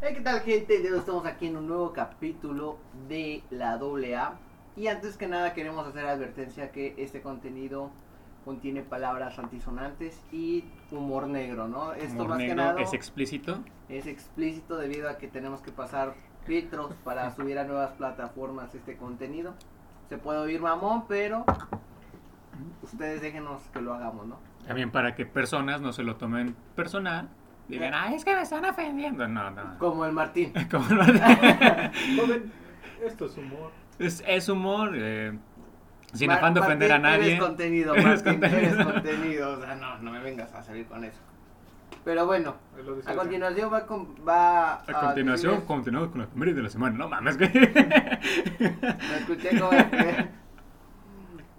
Hey, ¿qué tal, gente? Ya estamos aquí en un nuevo capítulo de la AA. Y antes que nada, queremos hacer advertencia que este contenido contiene palabras antisonantes y humor negro, ¿no? Esto Humor más que negro nada es explícito. es explícito debido a que tenemos que pasar filtros para subir a nuevas plataformas este contenido. Se puede oír mamón, pero ustedes déjenos que lo hagamos, ¿no? También para que personas no se lo tomen personal. Digan, Eh. ay, es que me están ofendiendo. No, no. Como el Martín. Como no- Joven, esto es humor. es, es humor. eh, sin Ma- afán de ofender a Martín, nadie. Eres contenido, Eres Martín, eres contenido. contenido. O sea, no, no me vengas a salir con eso. Pero bueno, es lo de a siempre. continuación va, con- va A continuación, decirles- continuamos con la comedia de la semana. No mames, güey. Lo escuché como que-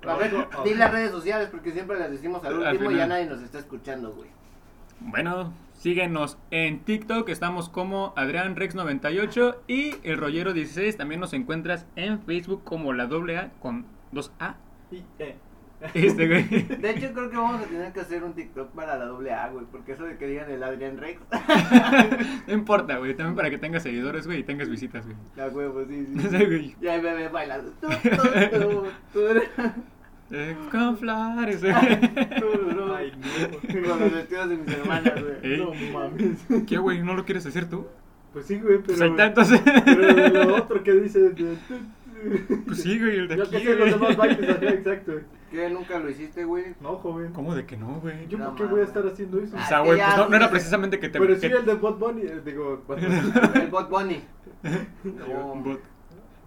A ver, Ojo. di las redes sociales porque siempre las decimos al Al último y ya final. nadie nos está escuchando, güey. Bueno, síguenos en TikTok, estamos como Adrián Rex98 y el Rollero 16. También nos encuentras en Facebook como la doble A con 2A. Y, eh, Este güey. De hecho, creo que vamos a tener que hacer un TikTok para la doble A, güey, porque eso de que digan el Adrián Rex. No importa, güey. También para que tengas seguidores, güey, y tengas visitas, güey. La huevo, sí, No sí. sé, güey. Ya el bebé bailando. Tu, tu, tu, tu, Eh, Con flores, eh. güey. tururú. Ay, no. Con los vestidos de mis hermanas, güey. Ey. No mames. ¿Qué, güey? ¿No lo quieres hacer tú? ¿Eh? Pues sí, güey, Pues pero. ahí está, entonces. Pero de lo otro que dice. de- Pues sí, güey, el de Yo que aquí. sé los güey. demás bailes, ajá, exacto. ¿Qué? ¿Nunca lo hiciste, güey? No, joven. ¿Cómo de que no, güey? Yo No por qué voy a mames. estar haciendo eso. O Ah, sea, güey, ya, pues no, no era sí. precisamente que te. Pero que- sí el de Bot Bunny. eh, Digo, Bad Bunny. El Bot Bunny. No. Un bot.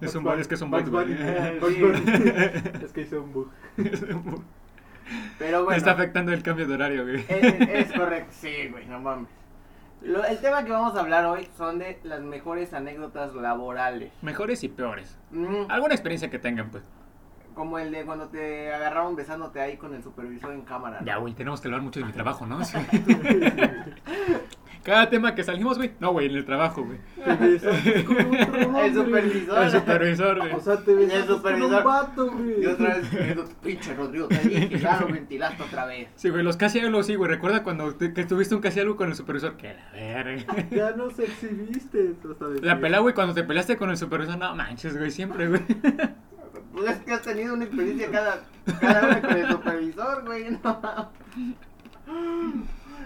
Es un Bugs bot, es que es un Bugs bot, güey. Bunny, eh, Sí. Bugs Bunny. Es que hizo un bug. Es un bot. Pero Me bueno. está afectando el cambio de horario, güey. Eh. Es, es correcto, sí, güey, no mames. Lo- el tema que vamos a hablar hoy son de las mejores anécdotas laborales. Mejores y peores. Mm, Alguna experiencia que tengan, pues. como el de cuando te agarraron besándote ahí con el supervisor en cámara. ¿no? Ya, güey, tenemos que hablar mucho de mi trabajo, ¿no? Sí. Cada tema que salimos, güey. No, güey, en el trabajo, güey. Te besaste con otro hombre. El supervisor. El supervisor, güey. O sea, te Y el besaste con un supervisor. vato, güey. Y otra vez, eh, pinche Rodrigo, te dije, ya lo ventilaste otra vez. Sí, güey, los casi algo, sí, güey. Recuerda cuando te- que tuviste un casi algo con el supervisor. Que la verga. Ya nos exhibiste. hasta decir. La pelea, güey, cuando te peleaste con el supervisor. No manches, güey, siempre, güey. Pues es que has tenido una experiencia cada, cada una con el supervisor, güey. No.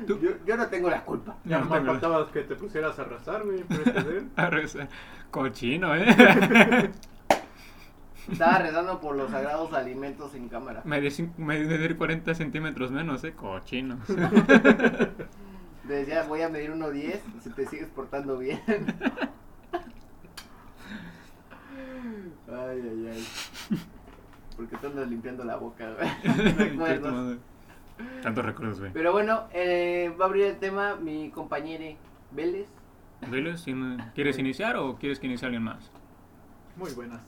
Tú- Yo, yo no tengo la culpa. Ya No, más tengo- faltaba que te pusieras a rezar, güey, este enfrente de él. A rezar. Cochino, eh. Estaba rezando por los sagrados alimentos en cámara. Me di, cin- me di- me di 40 centímetros menos, eh. Cochino. Te decía, voy a medir 1.10 si te sigues portando bien. Ay, ay, ay. Porque te andas limpiando la boca, güey. Recuerdos. Tantos recuerdos, güey. Pero bueno, eh, va a abrir el tema mi compañero Vélez. Velo, si no- ¿Quieres iniciar o quieres que inicie alguien más? Muy buenas.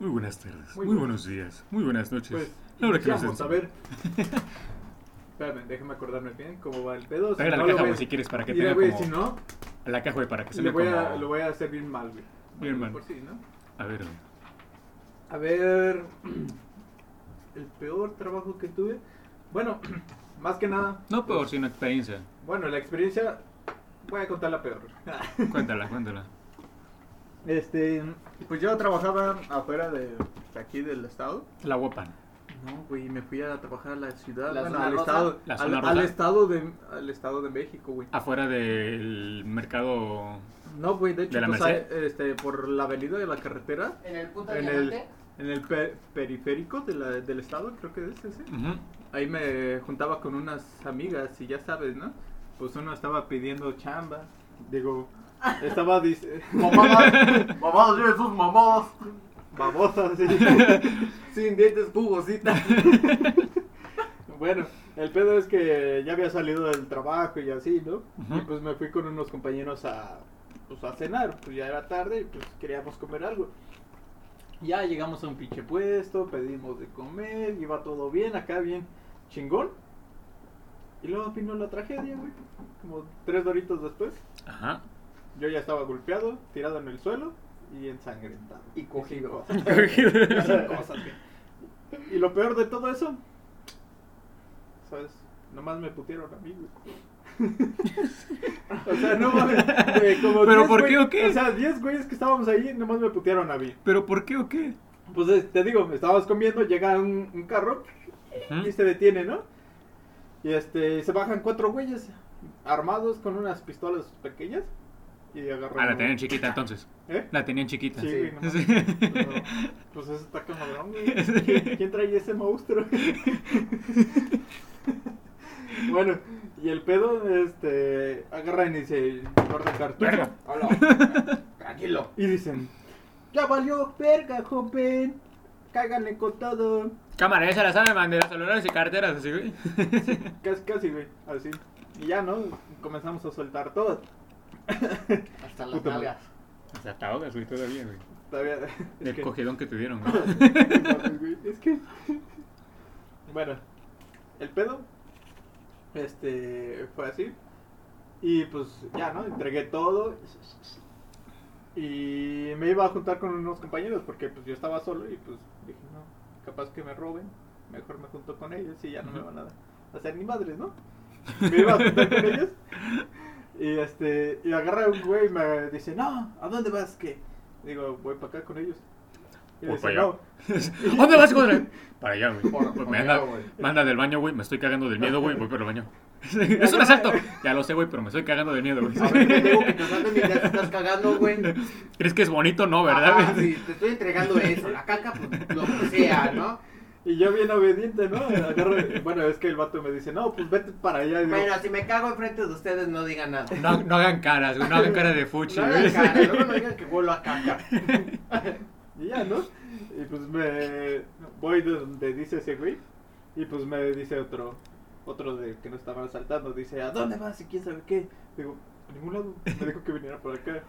Muy buenas tardes, Muy muy, buenas. buenos días, muy buenas noches. Pues, La hora que nos vamos a enseñe. ver. Espérame, déjame acordarme bien cómo va el pedo. Pega la lo caja, voy a- güey, si quieres, para que tenga Mira, güey, como- si no, A la caja, güey, para que se le vea voy como... a, lo voy a hacer bien mal, güey. Bien Bueno, mal. Por sí, ¿no? A ver, güey. A ver, el peor trabajo que tuve. Bueno, más que nada. No peor, pues, sino experiencia. Bueno, la experiencia, voy a contar la peor. Cuéntala, cuéntala. Este, pues yo trabajaba afuera de, de aquí del estado. La guapan. No, güey, me fui a trabajar a la ciudad, ¿La bueno, zona al rosa? estado, ¿La al- zona al, rosa? Ah. estado de, al estado de México, güey. Afuera del mercado... No, güey, de hecho, ¿De la pues, Merced? hay- este, por la avenida de la carretera, En el punto en el, en el pe- periférico de la- del estado, creo que es ese. Ujú. Ahí me juntaba con unas amigas y ya sabes, ¿no? Pues uno estaba pidiendo chamba, digo, estaba dice, Mamadas, mamadas, lleven sus mamadas. babosa, sí. Sin dientes, jugosita. Bueno, el pedo es que ya había salido del trabajo y así, ¿no? Ujú. Y pues me fui con unos compañeros a, pues, a cenar, pues ya era tarde y pues queríamos comer algo. Ya llegamos a un pinche puesto, pedimos de comer, iba todo bien, acá bien chingón. Y luego vino la tragedia, güey. Como tres doritos después, Ajá. yo ya estaba golpeado, tirado en el suelo y ensangrentado. Y cogido. Sin cosas. Sin cosas, güey. Y lo peor de todo eso, ¿sabes? Nomás me putieron a mí, güey. O sea, no mames. de como ¿Pero 10 por qué güey- o qué? O sea, 10 güeyes que estábamos ahí, nomás me putearon a mí. ¿Pero por qué o qué? Pues es- te digo, me estabas comiendo, llega un, un carro ¿Mm? y se detiene, ¿no? Y este, se bajan cuatro güeyes armados con unas pistolas pequeñas y agarran. Ah, la uno. tenían chiquita entonces. ¿Eh? La tenían chiquita. Sí, güey, no Sí. Pero, pues eso está cabrón, güey. ¿Quién, quién trae ese monstruo? bueno, y el pedo, este, agarran y se corta el cartucho. Verga. Hola. Tranquilo. Y dicen, ya valió verga, joven. Cáganle con todo. Cámara, esa la sala, banderas, celulares y carteras, así, güey. Casi, casi, güey, así. Y ya, ¿no? Comenzamos a soltar todo. Hasta las Puta madre. nalgas. Hasta te ahogas, güey, todavía, güey. Todavía... es El que- cogedón que te dieron, güey. güey, es que. Bueno, el pedo. Este. Fue así. Y pues ya, ¿no? Entregué todo. Y me iba a juntar con unos compañeros porque pues yo estaba solo y pues dije, no, capaz que me roben. Mejor me junto con ellos y ya no me van a hacer ni madres, ¿no? Me iba a juntar con ellos. Y este. Y agarra un güey y me dice, no, ¿a dónde vas? ¿Qué? Digo, voy para acá con ellos. Y Voy dice, pa' allá. no. ¿Dónde vas, contra? Para allá, güey. Por- Pues por me, allá, anda, güey. me anda del baño, güey. Me estoy cagando del miedo, güey. Voy por el baño. es un asalto. Ya lo sé, güey, pero me estoy cagando del miedo, güey. A ver, te tengo que casarte mientras te estás cagando, güey. ¿Crees que es bonito? No, ¿verdad? Ah, sí, te estoy entregando eso. La caca, pues lo que sea, ¿no? Y yo bien obediente, ¿no? Agarro- bueno, es que el vato me dice, no, pues vete para allá. Y digo, Bueno, si me cago enfrente de ustedes, no digan nada. No, no hagan caras, güey. No hagan cara de fuchi, No güey. hagan cara, luego no digan que vuelo a caca. y ya, ¿no? Y pues me voy de donde dice ese güey. Y pues me dice otro, otro de que no estaban asaltando. Dice, ¿a dónde vas? ¿Y quién sabe qué? Digo, a ningún lado. Me dijo que viniera por acá.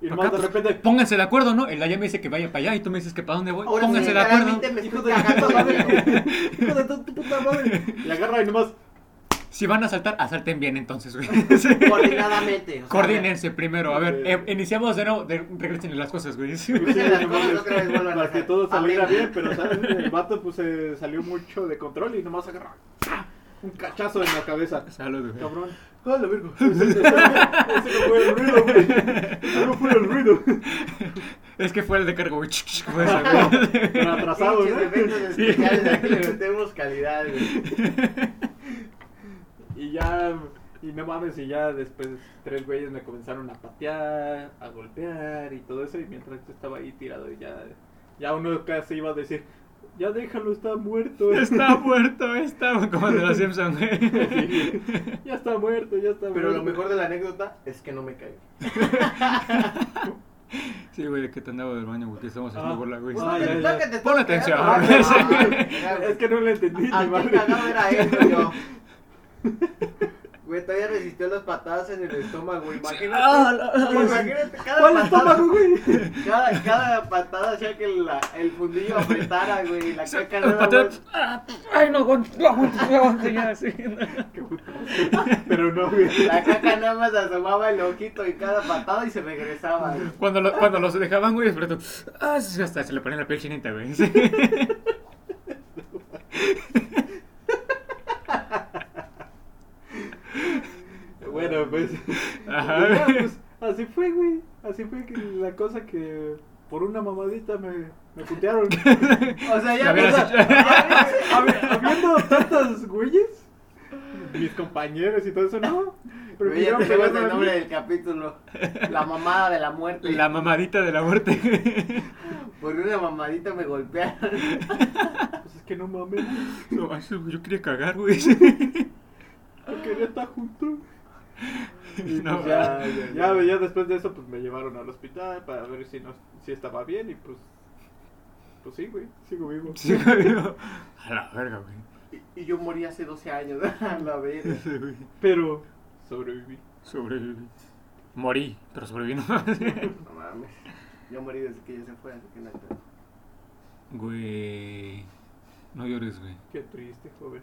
Y Acá, más de pues, repente, Pónganse de acuerdo, ¿no? El allá me dice que vaya para allá y tú me dices que para dónde voy. Ahora sí, Pónganse de acuerdo. literalmente me hijo estoy de tu cagando puta de miedo. madre. Hijo de tu puta madre. Y agarra y nomás. Si van a saltar, asalten bien entonces, güey. Coordinadamente. o sea, Coordínense primero. A ver, Sí. eh, iniciamos de nuevo. De, regresen las cosas, güey. Pues Empiecen las cosas otra vez, vuelvan a Para que hacer. todo saliera bien, Aprendan. pero ¿sabes? el vato pues se salió mucho de control y nomás agarra ¡ah! un cachazo en la cabeza. Salud, güey. Cabrón. ¡Ah, la verga! Ese no fue el ruido, güey. Ese no fue el ruido. Es que fue el de cargo, güey. Fue ese, güey. Pero atrasado, Pinches efectos ¿no? especiales, aquí le metemos calidad, güey. Y ya, y no mames, y ya después tres güeyes me comenzaron a patear, a golpear y todo eso. Y mientras yo estaba ahí tirado, y ya, ya uno casi iba a decir: Ya déjalo, está muerto. Está muerto, está como el de los Simpsons, güey. Sí. ya está muerto, ya está muerto. Pero lo mejor de la anécdota es que no me caí. Sí, güey, de que te andaba del baño, güey, que estamos haciendo Ah. bola, Pues, güey. Ah, ya, ya. Pon ¿eh? atención. Ah, güey. ya, ya. Es que no lo entendí, ni Al que madre. cagado era él, güey, yo. Güey, todavía resistió las patadas en el estómago, güey. Imagínate. Ah, la- güey, imagínate, cada ¿Cuál patada- estómago, güey? Cada, cada patada hacía que la- el fundillo apretara, güey. y La caca no Los era pateos. buena. Ah, Ay, no, güey, no, güey, no, güey, ya, sí, no. Qué puto. Pero no, güey. La caca nada más asomaba el ojito y cada patada y se regresaba. güey. Cuando, lo- cuando los dejaban, güey, de pronto, ah, sí, hasta se le ponía la piel chinita, güey. Sí. Bueno, pues. Ajá. Ya, pues, así fue, güey. Así fue que la cosa que por una mamadita me, me putearon. O sea, Ya ya, hubieras o sea, hecho- ya ves, Habi- Habiendo tantos güeyes, mis compañeros y todo eso, no. Pero ya Prefirieron te llevas pegarme el a mí. nombre del capítulo. La mamada de la muerte. La mamadita de la muerte. Por una mamadita me golpearon. Pues es que no mames. No, ay, yo quería cagar, güey. Yo quería estar junto. Y No, pues ya, ah, ya, ya, ya. ya, después de eso, pues me llevaron al hospital para ver si no, si estaba bien y pues, pues sí, güey, sigo vivo. Sí, güey, no. A la verga, güey. Y, y yo morí hace 12 años. A la verga. Sí, güey. Pero sobreviví. Sobreviví. Morí, pero sobreviví, ¿no? No mames. Yo morí desde que ella se fue, así que no hay pedo. Güey. No llores, güey. Qué triste, joven.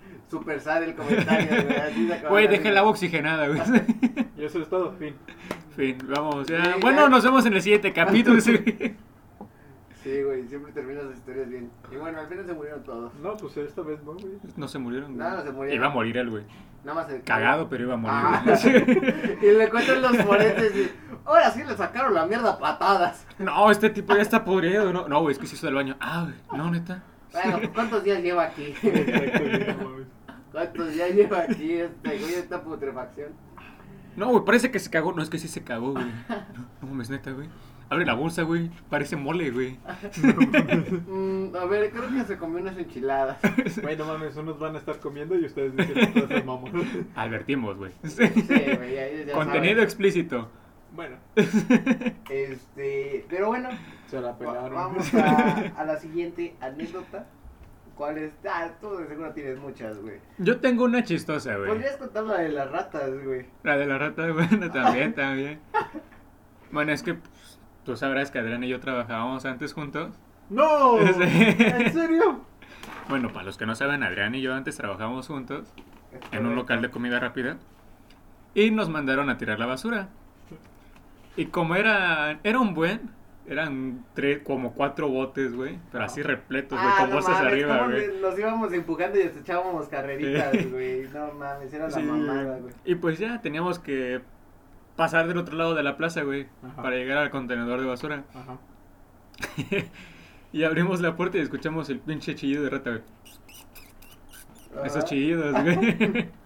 Super sad el comentario, güey. así se acabó Güey, la dejé el vida. agua oxigenada, güey. Y eso es todo, fin. Fin, vamos. ya. Sí, ya. Bueno, nos vemos en el siguiente capítulo. sí. Sí, güey, siempre terminas las historias bien. Y bueno, al final se murieron todos. No, pues esta vez no, güey. No se murieron, güey. Nada, no se murieron. Iba a morir él, güey. Nada más el Cagado, pero iba a Ah. morir. güey. y le cuentan los forenses y ahora sí le sacaron la mierda a patadas. no, este tipo ya está podrido. No, no, güey, es que se hizo del baño. Ah, güey, no, neta. Bueno, pues, ¿cuántos días lleva aquí? Exacto, güey, no mames. ¿Cuántos días lleva aquí este güey esta putrefacción? No, güey, parece que se cagó. No, es que sí se cagó, güey. No, no mames, neta, güey. Abre la bolsa, güey. Parece mole, güey. Mm, a ver, creo que se comió unas enchiladas. Güey, no mames, unos van a estar comiendo y ustedes dicen todas esas mamonas. Advertimos, güey. Sí, güey, ya, ya Contenido saben. explícito. Bueno, Este, pero bueno, se la va- pelaron. vamos a, a la siguiente anécdota. ¿Cuál es? Ah, tú de seguro tienes muchas, güey. Yo tengo una chistosa, güey. Podrías contar la de las ratas, güey. La de la rata, bueno, también, también. Bueno, es que pues, tú sabrás que Adrián y yo trabajábamos antes juntos. ¡No! Sí. ¿En serio? Bueno, para los que no saben, Adrián y yo antes trabajábamos juntos en un local de comida rápida y nos mandaron a tirar la basura. Y como era, era un buen, eran tres, como cuatro botes, güey, pero así repletos, Pues, güey, Ah, con no bolsas mames, arriba, cómo güey. nos- Nos íbamos empujando y nos echábamos Sí. carreritas, güey. No mames, era la Sí, mamada, güey. Y pues ya teníamos que pasar del otro lado de la plaza, güey, Ajá. para llegar al contenedor de basura. Ajá. Y abrimos la puerta y escuchamos el pinche chillido de rata, güey. Ah. Esos chillidos, güey.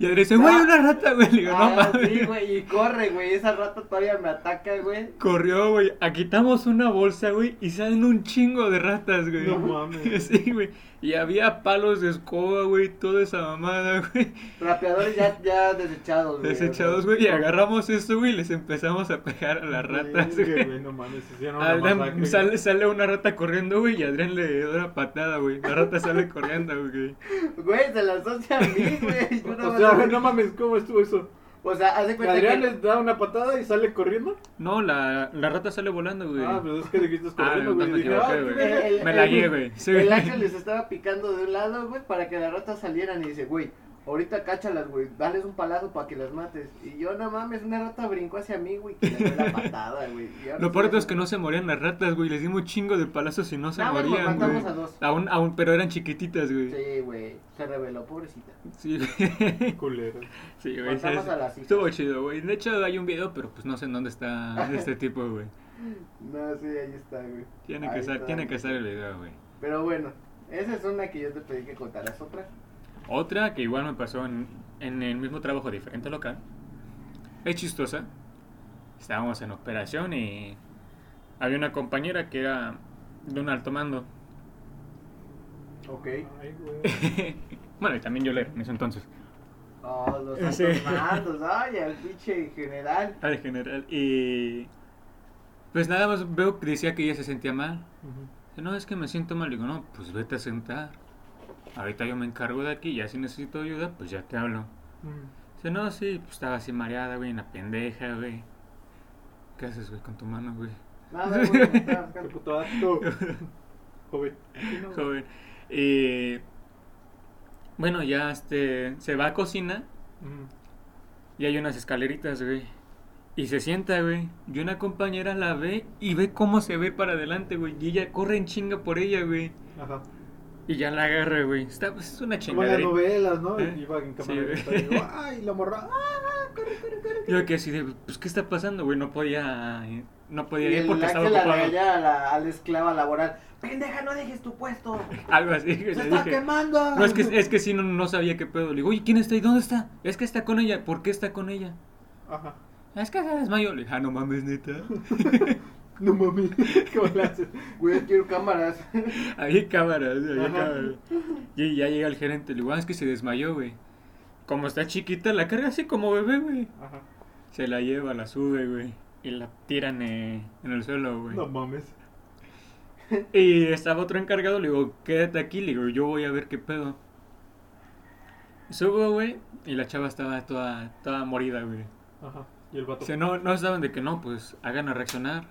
Y Adrián dice, güey, una rata, güey. Le digo, no Ah, mames. sí, güey, y corre, güey. Esa rata todavía me ataca, güey. Corrió, güey. Quitamos una bolsa, güey. Y salen un chingo de ratas, güey. No mames. Sí, güey. Y había palos de escoba, güey. Toda esa mamada, güey. Rapeadores ya, ya desechados, güey. Desechados, güey. Y agarramos esto, güey. Y les empezamos a pegar a las ratas, Verga, güey. No mames, hicieron una Adrián masacre. sale, sale una rata corriendo, güey, y Adrián le da una patada, güey. La rata sale corriendo, güey. Güey, se las hace a mí, güey. Yo O nada sea, más- no mames, ¿cómo estuvo eso? O sea, hace cuenta Adrián que... les da una patada y sale corriendo. No, la, la rata sale volando, güey. Ah, pues es que dijiste corriendo, Ah, güey. no, Dije, no, ah, no, qué no, El- verga. el- Me la el- guié, güey. Sí. El Axel les estaba picando de un lado, güey, para que las ratas salieran y dice, güey, ahorita cáchalas, güey, dales un palazo para que las mates. Y yo, no mames, una rata brincó hacia mí, güey, que le dio la patada, güey. Y ahora Lo sí peor de todo ya- es que no se morían las ratas, güey. Les dimos un chingo de palazos y no se Nada más morían, nos güey. matamos a dos. Aún, aún, pero eran chiquititas, güey. Sí, güey, se reveló, pobrecita. Sí, güey. Culero. Sí, güey. sí, Matamos sí. a las hijas. Estuvo chido, güey. De hecho, hay un video, pero pues no sé en dónde está de este tipo, güey. No, sí, ahí está, güey. Tiene Ahí que estar, está. tiene que estar el video, güey. Pero bueno, esa es una que yo te pedí que contaras otra. Otra que igual me pasó en, en el mismo trabajo, diferente local. Es chistosa. Estábamos en operación y había una compañera que era de un alto mando. Ok. Ay, güey. bueno, y también yo le era en ese entonces. Oh, los altos Sí. mandos, ay, al pinche general. Al general. Y. Pues nada más veo que decía que ella se sentía mal. Dice, No, es que me siento mal. Digo, no, pues vete a sentar. Ahorita yo me encargo de aquí. Ya si necesito ayuda, pues ya te hablo. Dice, no, sí, pues estaba así mareada, güey, en la pendeja, güey. ¿Qué haces, güey, con tu mano, güey? Nada, güey, estaba Qué buscando. puto asco. Joven. Joven. Y. Bueno, ya este. Se va a cocina y hay unas escaleritas, güey. Y se sienta, güey. Y una compañera la ve y ve cómo se ve para adelante, güey. Y ella corre en chinga por ella, güey. Ajá. Y ya la agarra, güey. Está, pues, es una Como en las chingadera. novelas, ¿no? ¿Eh? Iba en cámara Sí, lenta güey. y digo, ¡ay, la morra! ¡Ah! Yo que así de, pues, ¿qué está pasando, güey? No podía. eh, No Y podía ir el porque estaba Axel la ocupado. regaña a la, a la esclava laboral. Pendeja, no dejes tu puesto. Algo así, güey. Se le está dije. quemando. No, es que, es que sí, no, no sabía qué pedo. Le digo, oye, ¿quién está ahí? ¿Dónde está? Es que está con ella. ¿Por qué está con ella? Ajá. "Ah, Es que se desmayó. Le dije, ah, no mames, neta. No mami, ¿cómo la haces? Güey, quiero cámaras. Ahí cámaras, ahí Ajá. cámaras. Y ya llega el gerente. Le digo, ah, es que se desmayó, güey. Como está chiquita, la carga así como bebé, güey. Ajá. Se la lleva, la sube, güey. Y la tiran eh, en el suelo, güey. No mames. Y estaba otro encargado, le digo, quédate aquí, le digo, yo voy a ver qué pedo. Subo, güey, y la chava estaba toda, toda morida, güey. Ajá. Y el vato. O sea, no, no estaban de que no, pues hagan a reaccionar.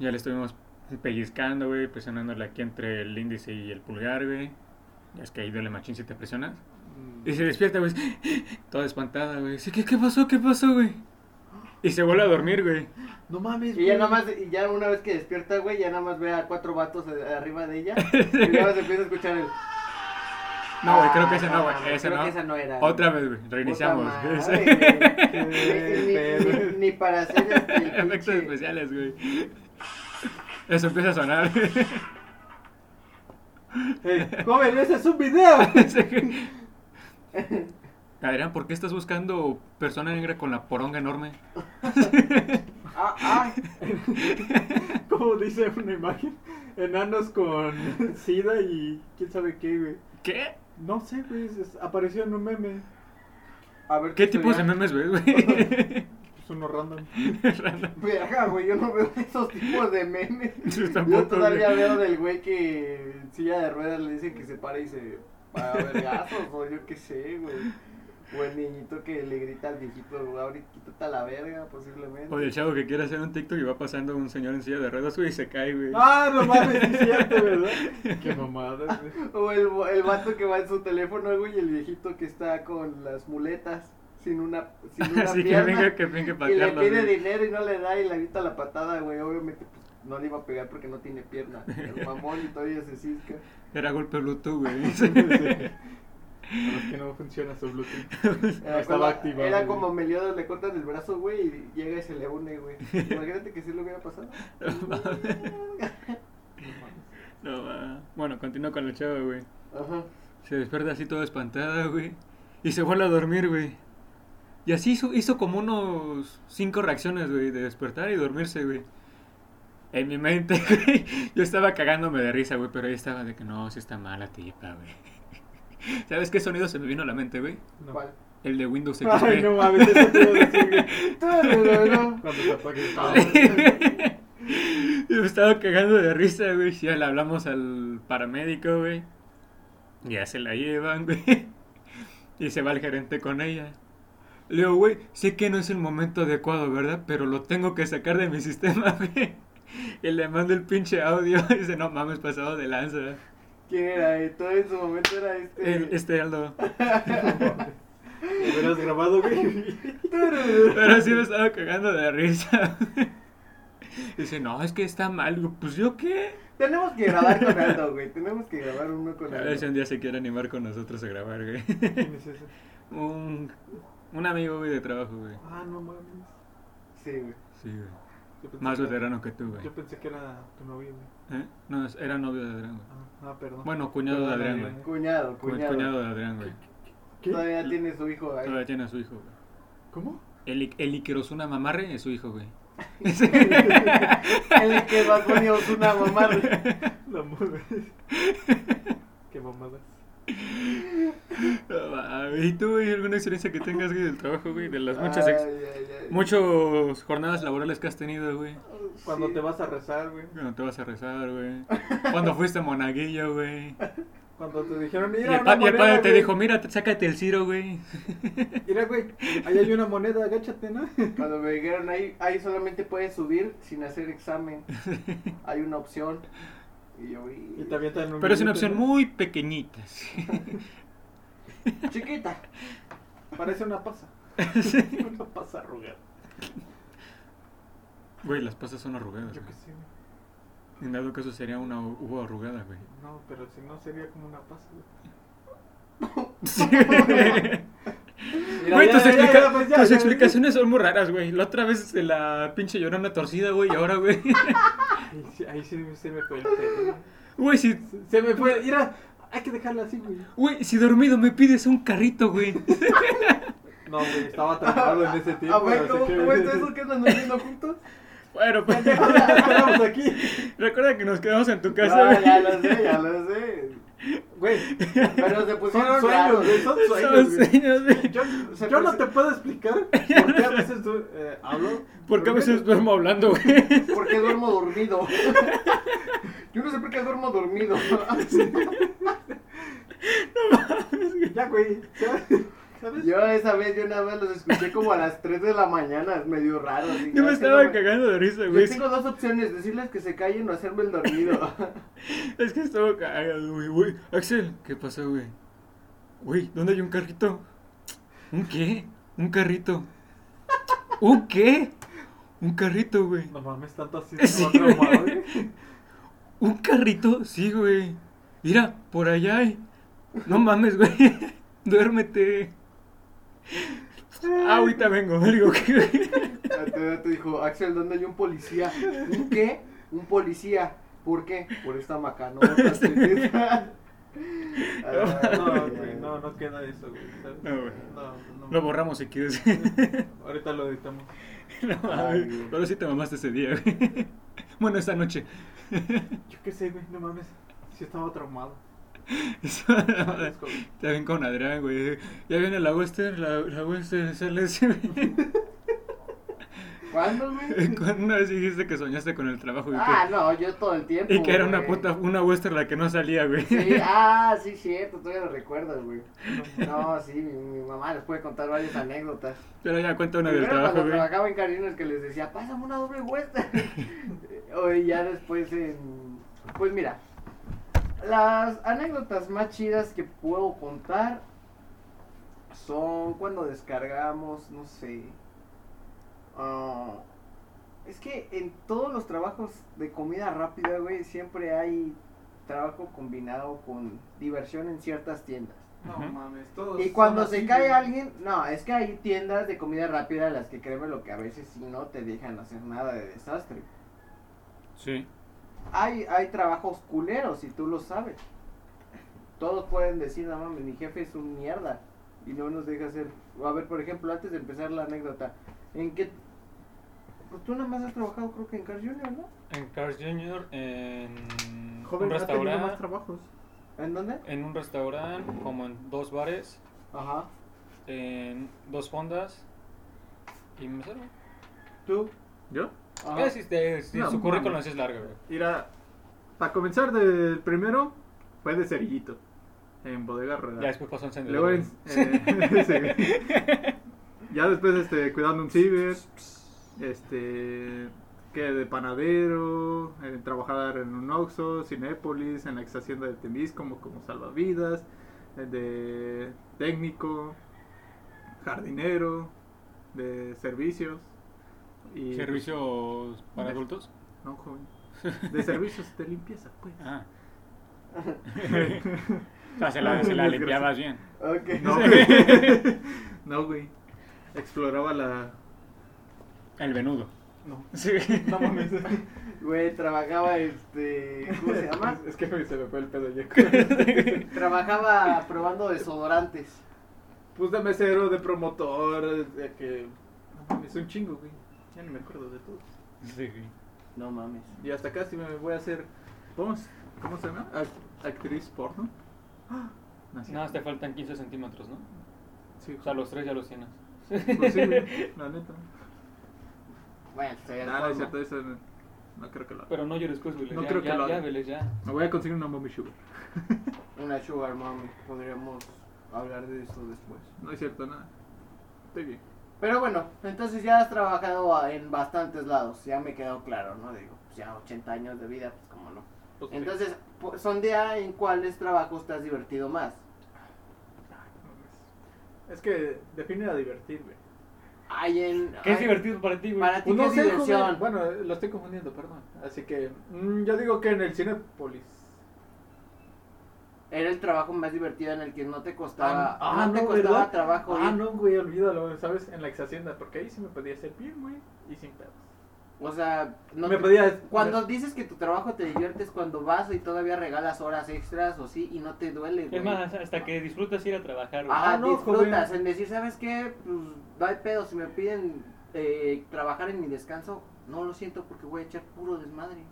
Ya le estuvimos pellizcando, güey, presionándole aquí entre el índice y el pulgar, güey. Ya es que ahí duele machín si te presionas. Mm. Y se despierta, güey, toda espantada, güey. Dice, ¿Qué, ¿qué pasó? ¿Qué pasó, güey? Y se vuelve a dormir, güey. No mames, Y ya nada más, y ya una vez que despierta, güey, ya nada más ve a cuatro vatos eh, arriba de ella. y nada más empieza a escuchar el. No, güey, creo que Ah, ese no, güey. Ese creo no. que esa no era. Otra vez, güey. Reiniciamos. Puta madre, Ese- güey. ni, ni- ni para hacer este, el Efectos pinche- especiales, güey. Eso empieza a sonar. Ey, joven, ese es un video. Adrián, ¿por qué estás buscando persona negra con la poronga enorme? Ah, ah. Como dice una imagen, enanos con sida y quién sabe qué, güey. ¿Qué? No sé, güey, es- apareció en un meme. A ver, ¿Qué tú, tipos de Julián. memes ves, güey? Es uno random. Random. Verga, güey, yo no veo esos tipos de memes. Yo Yo tampoco, todavía güey. veo del güey que en silla de ruedas le dicen que se para y se para vergazos, o yo qué sé, güey. O el niñito que le grita al viejito, güey, ahorita quítate a la verga, posiblemente. O del chavo que quiere hacer un TikTok y va pasando un señor en silla de ruedas, güey, y se cae, güey. Ah, no mames, sí es cierto, ¿verdad? Qué mamada, güey. O el, el vato que va en su teléfono, güey, y el viejito que está con las muletas, sin una, sin una Así que pierna. venga, que venga y le patearlo. pide güey. dinero y no le da y le grita la patada, güey. Obviamente pues, no le iba a pegar porque no tiene pierna. El mamón y todavía se cisca. Era golpe bruto, güey. Sí. A los que no funciona su Bluetooth. No Era, estaba como, activado. era güey. como Meliodas le cortan el brazo, güey, y llega y se le une, güey. Imagínate que sí le hubiera pasado. No, va. bueno, continúo con la chava, güey. Ajá. Se despierta así toda espantada, güey. Y se vuelve a dormir, güey. Y así hizo, hizo como unos cinco reacciones, güey, de despertar y dormirse, güey. En mi mente, güey, yo estaba cagándome de risa, güey, pero ahí estaba de que no, si está mala tipa, güey. ¿Sabes qué sonido se me vino a la mente, güey? No. ¿Cuál? El de Windows XP. Ay, no mames, eso te iba a decir, güey. Tururú. Cuando se apague el Ah, cabrón. Yo me estaba cagando de risa, güey. Ya le hablamos al paramédico, güey. Ya se la llevan, güey. Y se va el gerente con ella. Le digo, güey, sé que no es el momento adecuado, ¿verdad? Pero lo tengo que sacar de mi sistema, güey. Y le mando el pinche audio. Y dice, no mames, pasado de lanza. ¿Quién era? eh? Todo en su momento era este. El- este Aldo. Lo hubieras grabado, güey. Tururú. Pero sí me estaba cagando de risa. Dice, no, es que está mal. Digo, Pues yo qué. Tenemos que grabar con Aldo, güey. Tenemos que grabar uno con A ver si un Aldo. día se quiere animar con nosotros a grabar, güey. ¿Quién es ese? Un, un amigo, güey, de trabajo, güey. Ah, no mames. Sí, güey. Sí, güey. Pues Yo pensé Más que- veterano que tú, güey. Yo pensé que era tu novio, güey. ¿Eh? No, es- era novio de Adrián, güey. Ah, ah, perdón. Bueno, cuñado de Perdón, Adrián, Adrián. güey. Cuñado, Cu- cuñado. Cuñado de Adrián, güey. ¿Qué? Todavía tiene su hijo ahí. Todavía tiene a su hijo, güey. ¿Cómo? El, el Ikerosuna Mamarre es su hijo, güey. El que Bad Bunny es una mamá. La mueve. Qué mamadas. No mames. ¿Y tú, güey, alguna experiencia que tengas, güey, del trabajo, güey? De las muchas, ex- Ay, eh. ay, ay. muchas jornadas laborales que has tenido, güey. Cuando Sí. te vas a rezar, güey. Cuando te vas a rezar, güey. Cuando fuiste a Monaguillo, güey. Cuando te dijeron, Y mira, el, una pa- y el moneda, padre te güey. dijo, mira, sácate el ciro, güey. Mira, güey, ahí hay una moneda, agáchate, ¿no? Cuando me dijeron ahí, ahí solamente puedes subir sin hacer examen. Hay una opción. Y yo vi. Y te avientan un Pero es una billete, opción ¿no? muy pequeñita. sí. Chiquita. Parece una pasa. una pasa arrugada. Güey, las pasas son arrugadas. Yo que güey. sí, güey. En dado caso sería una u- uva arrugada, güey. No, pero si no sería como una pasa, güey. Mira, Güey, ya, tus, ya, explica- ya, pues ya, tus ya, explicaciones son muy raras, güey. La otra vez de la pinche llorona torcida, güey, y ahora, güey. Ahí sí, ahí sí se me fue el pedo. Güey, si, Se- Se me fue, mira, hay que dejarla así, güey. güey, si dormido me pides un carrito, güey. No, güey, estaba atrapado en ese tiempo. a ver, así ¿cómo, que- cómo está eso que andan haciendo juntos? Bueno, pues, Estamos aquí. recuerda que nos quedamos en tu casa, Ah, güey. ya lo sé, ya lo sé. Güey, Pero se pusieron son sueños, raros. güey, son Son sueños, güey. sueños, güey. Yo, Se yo no presen- te puedo explicar por qué a veces du- eh, hablo. ¿Por qué a dormido. veces duermo hablando, güey? ¿Por qué duermo dormido? Yo no sé por qué duermo dormido. Ya, güey. ya, ¿Sabes? Yo esa vez, yo nada más los escuché como a las 3 de la mañana, es medio raro. así, Yo me así estaba no me- cagando de risa, Yo güey. tengo dos opciones, decirles que se callen o hacerme el dormido. Es que estaba cagado, güey, güey. Axel, ¿qué pasó, güey? Güey, ¿dónde hay un carrito? ¿Un qué? ¿Un carrito? ¿Un qué? Un carrito, güey. No mames, tanto así. Sí, no me ha traumado, güey. güey. ¿Un carrito? Sí, güey. Mira, por allá hay. No mames, güey. Duérmete. Ah, ahorita vengo. Le digo, ¿qué? Te dijo, Axel, ¿dónde hay un policía? ¿Un qué? Un policía. ¿Por qué? Por esta macanota. sí. Ah, No, ya. güey, no, no queda eso, güey. ¿sabes? No, güey. No, no. Lo borramos si quieres. Ahorita lo editamos. No Ay, mames. güey. Pero sí te mamaste ese día, güey. Bueno, esta noche. Yo qué sé, güey, no mames. Sí estaba traumado. Agradezco, güey. También con Adrián, güey. Ya viene la Western, la, la Western SLS, güey. ¿Cuándo, güey? ¿Cuándo una vez dijiste que soñaste con el trabajo? Y Ah, que, no, yo todo el tiempo. y que era una güey. puta, una Western la que no salía, güey. Sí, ah, sí, cierto, todavía lo recuerdas, güey. No, No, sí, mi, mi mamá les puede contar varias anécdotas. Pero ya cuenta una del Primero trabajo, cuando güey. trabajaba en Carinas que les decía, pásame una doble vuelta. y ya después en... Pues mira, las anécdotas más chidas que puedo contar son cuando descargamos, no sé... ah, es que en todos los trabajos de comida rápida, güey, siempre hay trabajo combinado con diversión en ciertas tiendas. no Ujú. mames, todos. Y cuando son se así, cae güey. alguien, no, es que hay tiendas de comida rápida en las que créeme lo que a veces sí no te dejan hacer nada de desastre. Sí. Hay, hay trabajos culeros y tú lo sabes. Todos pueden decir, no mames, mi jefe es un mierda y no nos deja hacer. O A ver, por ejemplo, antes de empezar la anécdota, ¿en qué? Pues tú nada más has trabajado creo que en Carl Jr., ¿no? En Cars Jr., en Joven, ha tenido más trabajos. ¿En dónde? en un restaurante, como en dos bares, Ajá. en dos fondas y mesero. ¿Tú? ¿Yo? Ajá. Es, este, es- No, su currículum mames. así es largo, güey. Mira, para comenzar del primero, fue de cerillito. En bodega rueda. Ya después pasó en Luego en- eh, sí. Ya después este, cuidando un ciber. Este. Que de panadero, eh, trabajar en un Oxxo, Cinépolis, en la ex hacienda de Temisco como, como salvavidas, eh, de técnico, jardinero, de servicios. Y, ¿Servicios para Mes- adultos? No, joven. De servicios de limpieza, pues. Ah. o sea, se la, se la limpiabas bien. Ok. No, güey. No, güey. Exploraba la. El venudo. No. Sí. No mames. Güey, trabajaba este... ¿Cómo se llama? Es que me- se me fue el pedo ya. Trabajaba probando desodorantes. Pues de mesero, de promotor, de que. No mames, un chingo, güey. Ya ni me acuerdo de todo. Sí. No mames. Y hasta casi me voy a hacer. ¿Cómo, se- cómo se llama? Ac- actriz porno. Ah, No, es cierto. Nada, te faltan 15 centímetros, ¿no? Sí, O sea, los tres ya los tienes. pues sí, güey, la neta. Bueno, se Ah, No, no es cierto, eso no, no creo que lo haga. Pero no llores, pues, Vélez. No ya, creo que ya, lo haga. ya, Vélez, ya. Me voy a conseguir una mommy sugar. Una sugar mami. Podríamos hablar de eso después. No es cierto, nada. Estoy bien. Pero bueno, entonces ya has trabajado a- en bastantes lados. Ya me quedó claro, ¿no? Digo, pues ya 80 años de vida, pues como no. Pues, Entonces, po- sondea en cuáles trabajos te has divertido más. Es que define a divertir, güey. Ay, en... ¿Qué es ay, divertido para ti, güey? Para ti, Pues ¿qué no es sé, joven. diversión? Bueno, lo estoy confundiendo, perdón. Así que mm, yo digo que en el Cinepolis. Era el trabajo más divertido en el que no te costaba... no, te Ah, ¿verdad? costaba trabajo Ah, ir. no, güey, olvídalo, ¿sabes? En la ex hacienda, porque ahí sí me podía hacer bien, güey, y sin pedos. O sea, no me te- podía. Cuando me- dices que tu trabajo te diviertes cuando vas y todavía regalas horas extras o sí y no te duele, güey. Es más, hasta que disfrutas ir a trabajar, güey. Ajá, Ah, no, disfrutas joven. en decir, ¿sabes qué? Pues no hay pedo, si me piden eh, trabajar en mi descanso, no lo siento porque voy a echar puro desmadre.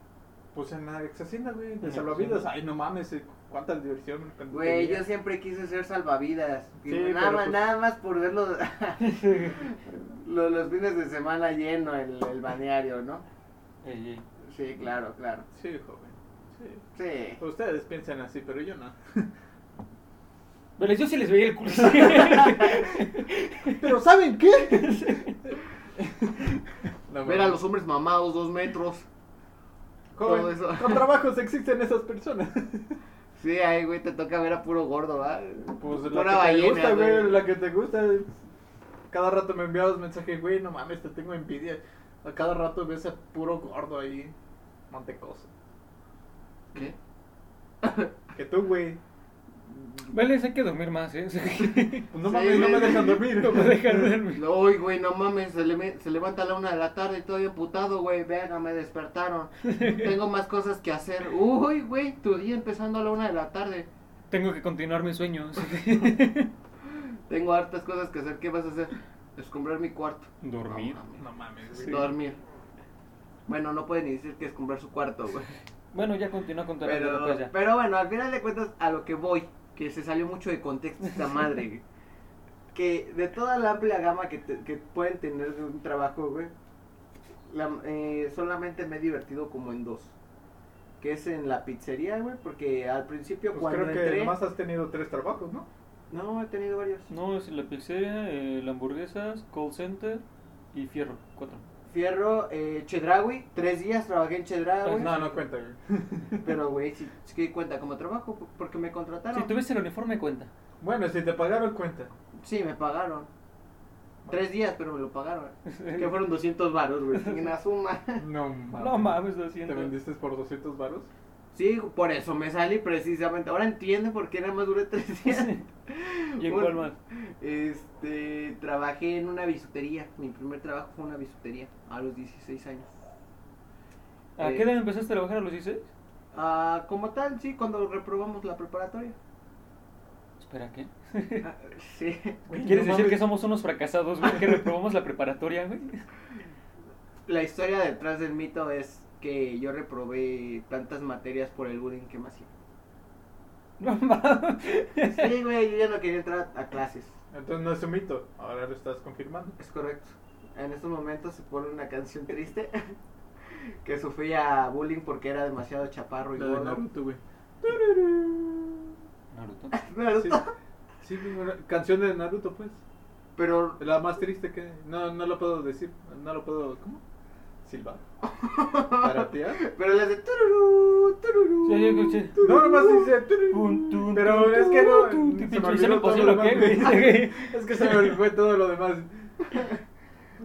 Pues en la ex hacienda, güey, En la de salvavidas. hacienda. Ay, no mames, eh, cuánta diversión. cuando Güey, tenía. yo siempre quise ser salvavidas. Y Sí, nada, pero más, pues- nada más por ver los, los, los fines de semana lleno el, el balneario, ¿no? Ey, ey. Sí, claro, claro. Sí, joven. Sí. Sí. Ustedes piensan así, pero yo no. Vélez, yo sí les veía el culo. ¿Pero saben qué? no, Ver a mames. los hombres mamados dos metros. Joven, Todo eso. con trabajos existen esas personas. Sí, ahí, güey, te toca ver a puro gordo, ¿va? Pues Pura la que ballena, te gusta, güey. güey, la que te gusta. cada rato me enviabas mensaje, güey, no mames, te tengo envidia. A cada rato ves a puro gordo ahí, mantecoso. ¿Qué? Que tú, güey. Vale, hay que dormir más, ¿eh? Pues no Sí, mames, no me güey. dejan dormir. no me dejan dormir. No, Uy, güey, no mames, se, leve- se levanta a la una de la tarde y todavía putado, güey, verga, me despertaron. Tengo más cosas que hacer. Uy, güey, tu día empezando a la una de la tarde. Tengo que continuar mis sueños. Tengo hartas cosas que hacer. ¿Qué vas a hacer? Escombrar mi cuarto. Dormir. No mames. No mames, Sí. güey. Dormir. Bueno, no pueden ni decir que escombrar su cuarto, güey. Bueno, ya continúa con tu anécdota, pues, Pero, ya. pero bueno, al final de cuentas, a lo que voy, que se salió mucho de contexto esta madre, güey. Que de toda la amplia gama que, te- que pueden tener de un trabajo, güey, la- eh, solamente me he divertido como en dos. Que es en la pizzería, güey, porque al principio Pues cuando creo que entré... nomás has tenido tres trabajos, ¿no? No, he tenido varios. No, es la pizzería, eh, la hamburguesas, call center y fierro. Cuatro. Fierro, eh, Chedraui, tres días trabajé en Chedraui, Pues No, no cuenta, güey. pero güey, sí, sí que cuenta como trabajo po- porque me contrataron. Si tuviste el uniforme, cuenta. Bueno, si te pagaron, cuenta. Sí, me pagaron. Tres días, pero me lo pagaron. Que fueron 200 varos, güey. En la suma. No mames. No mames, ¿Te 200. vendiste por 200 varos? Sí, por eso me salí precisamente. Ahora entiendo por qué nada más duré tres días. ¿Y en Bueno. cuál más? Este, trabajé en una bisutería. Mi primer trabajo fue una bisutería a los 16 años. ¿A Eh, qué edad empezaste a trabajar a los 16? Ah, como tal, sí, cuando reprobamos la preparatoria. Espera, ¿qué? Ah, sí. ¿Quieres decir No mames. que somos unos fracasados, güey? Que reprobamos la preparatoria, güey. La historia detrás del mito es que yo reprobé tantas materias por el bullying que me hacían. No mames. Sí, güey, yo ya no quería entrar a clases. Entonces no es un mito, ahora lo estás confirmando. Es correcto. En estos momentos se pone una canción triste que sufría bullying porque era demasiado chaparro y La de gordo. Naruto, güey. Naruto. Naruto. Sí, sí, güey, una- canción de Naruto, pues. Pero La más triste que... No, no lo puedo decir, no lo puedo... ¿Cómo? Silva. ¿Para ti? pero le hace tururú, tururú. Sí, yo escuché. No, nomás dice... Pun, tun, Pero tun, es que tun, no... tun, se me pinche olvidó Misión todo Imposible, lo ¿o qué, demás, güey? Es que se me olvidó todo lo demás.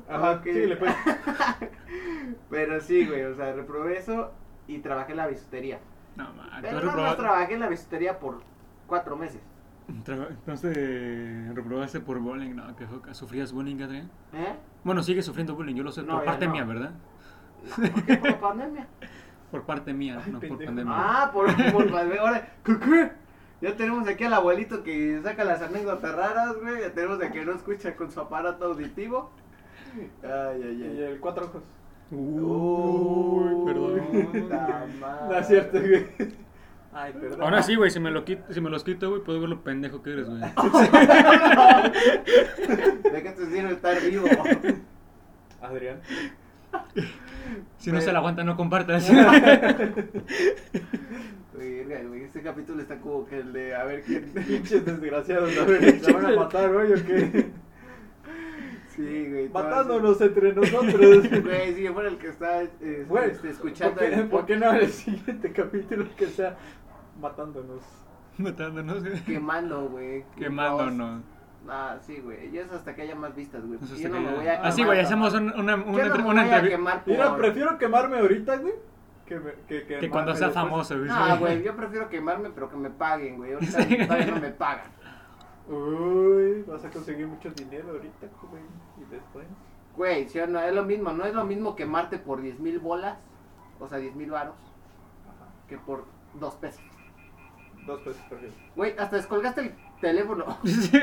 Ajá, Ok. síguele, pues. Pero sí, güey, o sea, reprobé eso y trabajé en la bisutería. No Ah, mames. Pero nada más trabajé en la bisutería por cuatro meses. Traba- Entonces, reprobaste por bullying, ¿no? Que joca. ¿Sufrías bullying, Adrián? ¿Eh? Bueno, sigues sufriendo bullying, yo lo sé, No, ya por parte no. mía, ¿verdad? Porque por la pandemia. Por parte mía, Ay, no por pendejo. pandemia. Ah, por, por ahora, ¿qué, qué? Ya tenemos aquí al abuelito que saca las anécdotas raras, güey. Ya tenemos de que no escucha con su aparato auditivo. Ay, ay, Y ay. el cuatro ojos. Oh. Uy, Puta perdón. madre. No es cierto, güey. Ay, perdón. Ahora sí, güey, si me lo quito, si me los quito, güey, puedo ver lo pendejo que eres, güey. Deja tu sino estar vivo. Adrián. Si no se la aguanta, no compartas. Verga, güey, Este capítulo está como que el de a ver quién. Pinches desgraciados, a ver, ¿se van a matar hoy o qué? Sí, güey. todo Matándonos entre nosotros. así. Güey, si yo fuera el que está este, Güey, este, escuchando. ¿por qué, el por qué no el siguiente capítulo que sea matándonos? Matándonos, güey. Quemando, güey. Quemándonos. Ah, sí, güey. Yo es hasta que haya más vistas, güey. Yo Eso está no me cagado. voy a Así, Ah, güey, hacemos una, una, Yo no una, me una voy a entrevista. quemar por- Ah, Mira, prefiero quemarme ahorita, güey, que, me- que, Que cuando quemarme sea después. famoso, güey. Ah, güey, yo prefiero quemarme, pero que me paguen, güey. Ahorita todavía no me pagan. Uy, vas a conseguir mucho dinero ahorita, güey, y después. Güey, sí o no, es lo mismo. No es lo mismo quemarte por 10 mil bolas, o sea, 10 mil varos, Ajá. que por dos pesos. Dos pesos prefiero. Güey, hasta descolgaste el teléfono.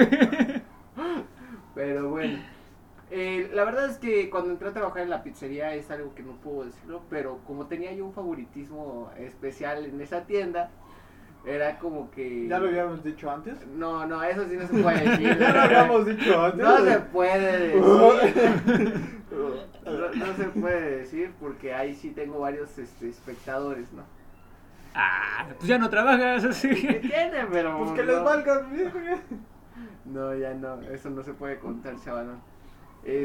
Pero bueno. Eh, la verdad es que cuando entré a trabajar en la pizzería es algo que no puedo decirlo, pero como tenía yo un favoritismo especial en esa tienda, era como que... Ya lo habíamos dicho antes. No, no, eso sí no se puede decir. Ya lo habíamos dicho antes. No se güey. puede decir. pues, No, no se puede decir porque ahí sí tengo varios este, espectadores, ¿no? Ah, pues ya no trabajas así. ¿Qué tiene? Pero. Pues que no. les valga, güey. No, ya no, eso no se puede contar, chavalón.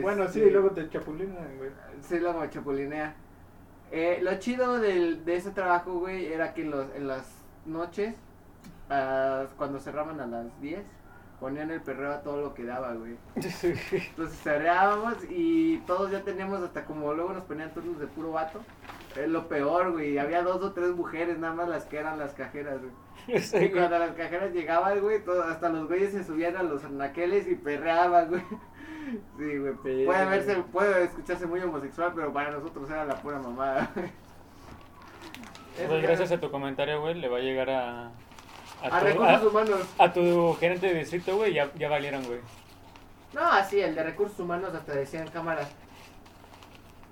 Bueno, sí, Este, luego te chapulinan, güey. Sí, luego chapulinea. Eh, lo chido del, de ese trabajo, güey, era que en, los, en las noches, ah, cuando cerraban a las 10, ponían el perreo a todo lo que daba, güey. Entonces cerrábamos y todos ya teníamos hasta como luego nos ponían turnos de puro vato. Es lo peor, güey. Había dos o tres mujeres, nada más las que eran las cajeras, güey. Y cuando las cajeras llegaban, güey, todo- hasta los güeyes se subían a los anaqueles y perreaban, güey. Sí, güey. Perre. Puede, verse, puede escucharse muy homosexual, pero para nosotros era la pura mamada, güey. Pues gracias a tu comentario, güey, le va a llegar a. A tu, recursos humanos. a tu gerente de distrito, güey, ya, ya valieron, güey. No, así, el de recursos humanos hasta decían cámaras.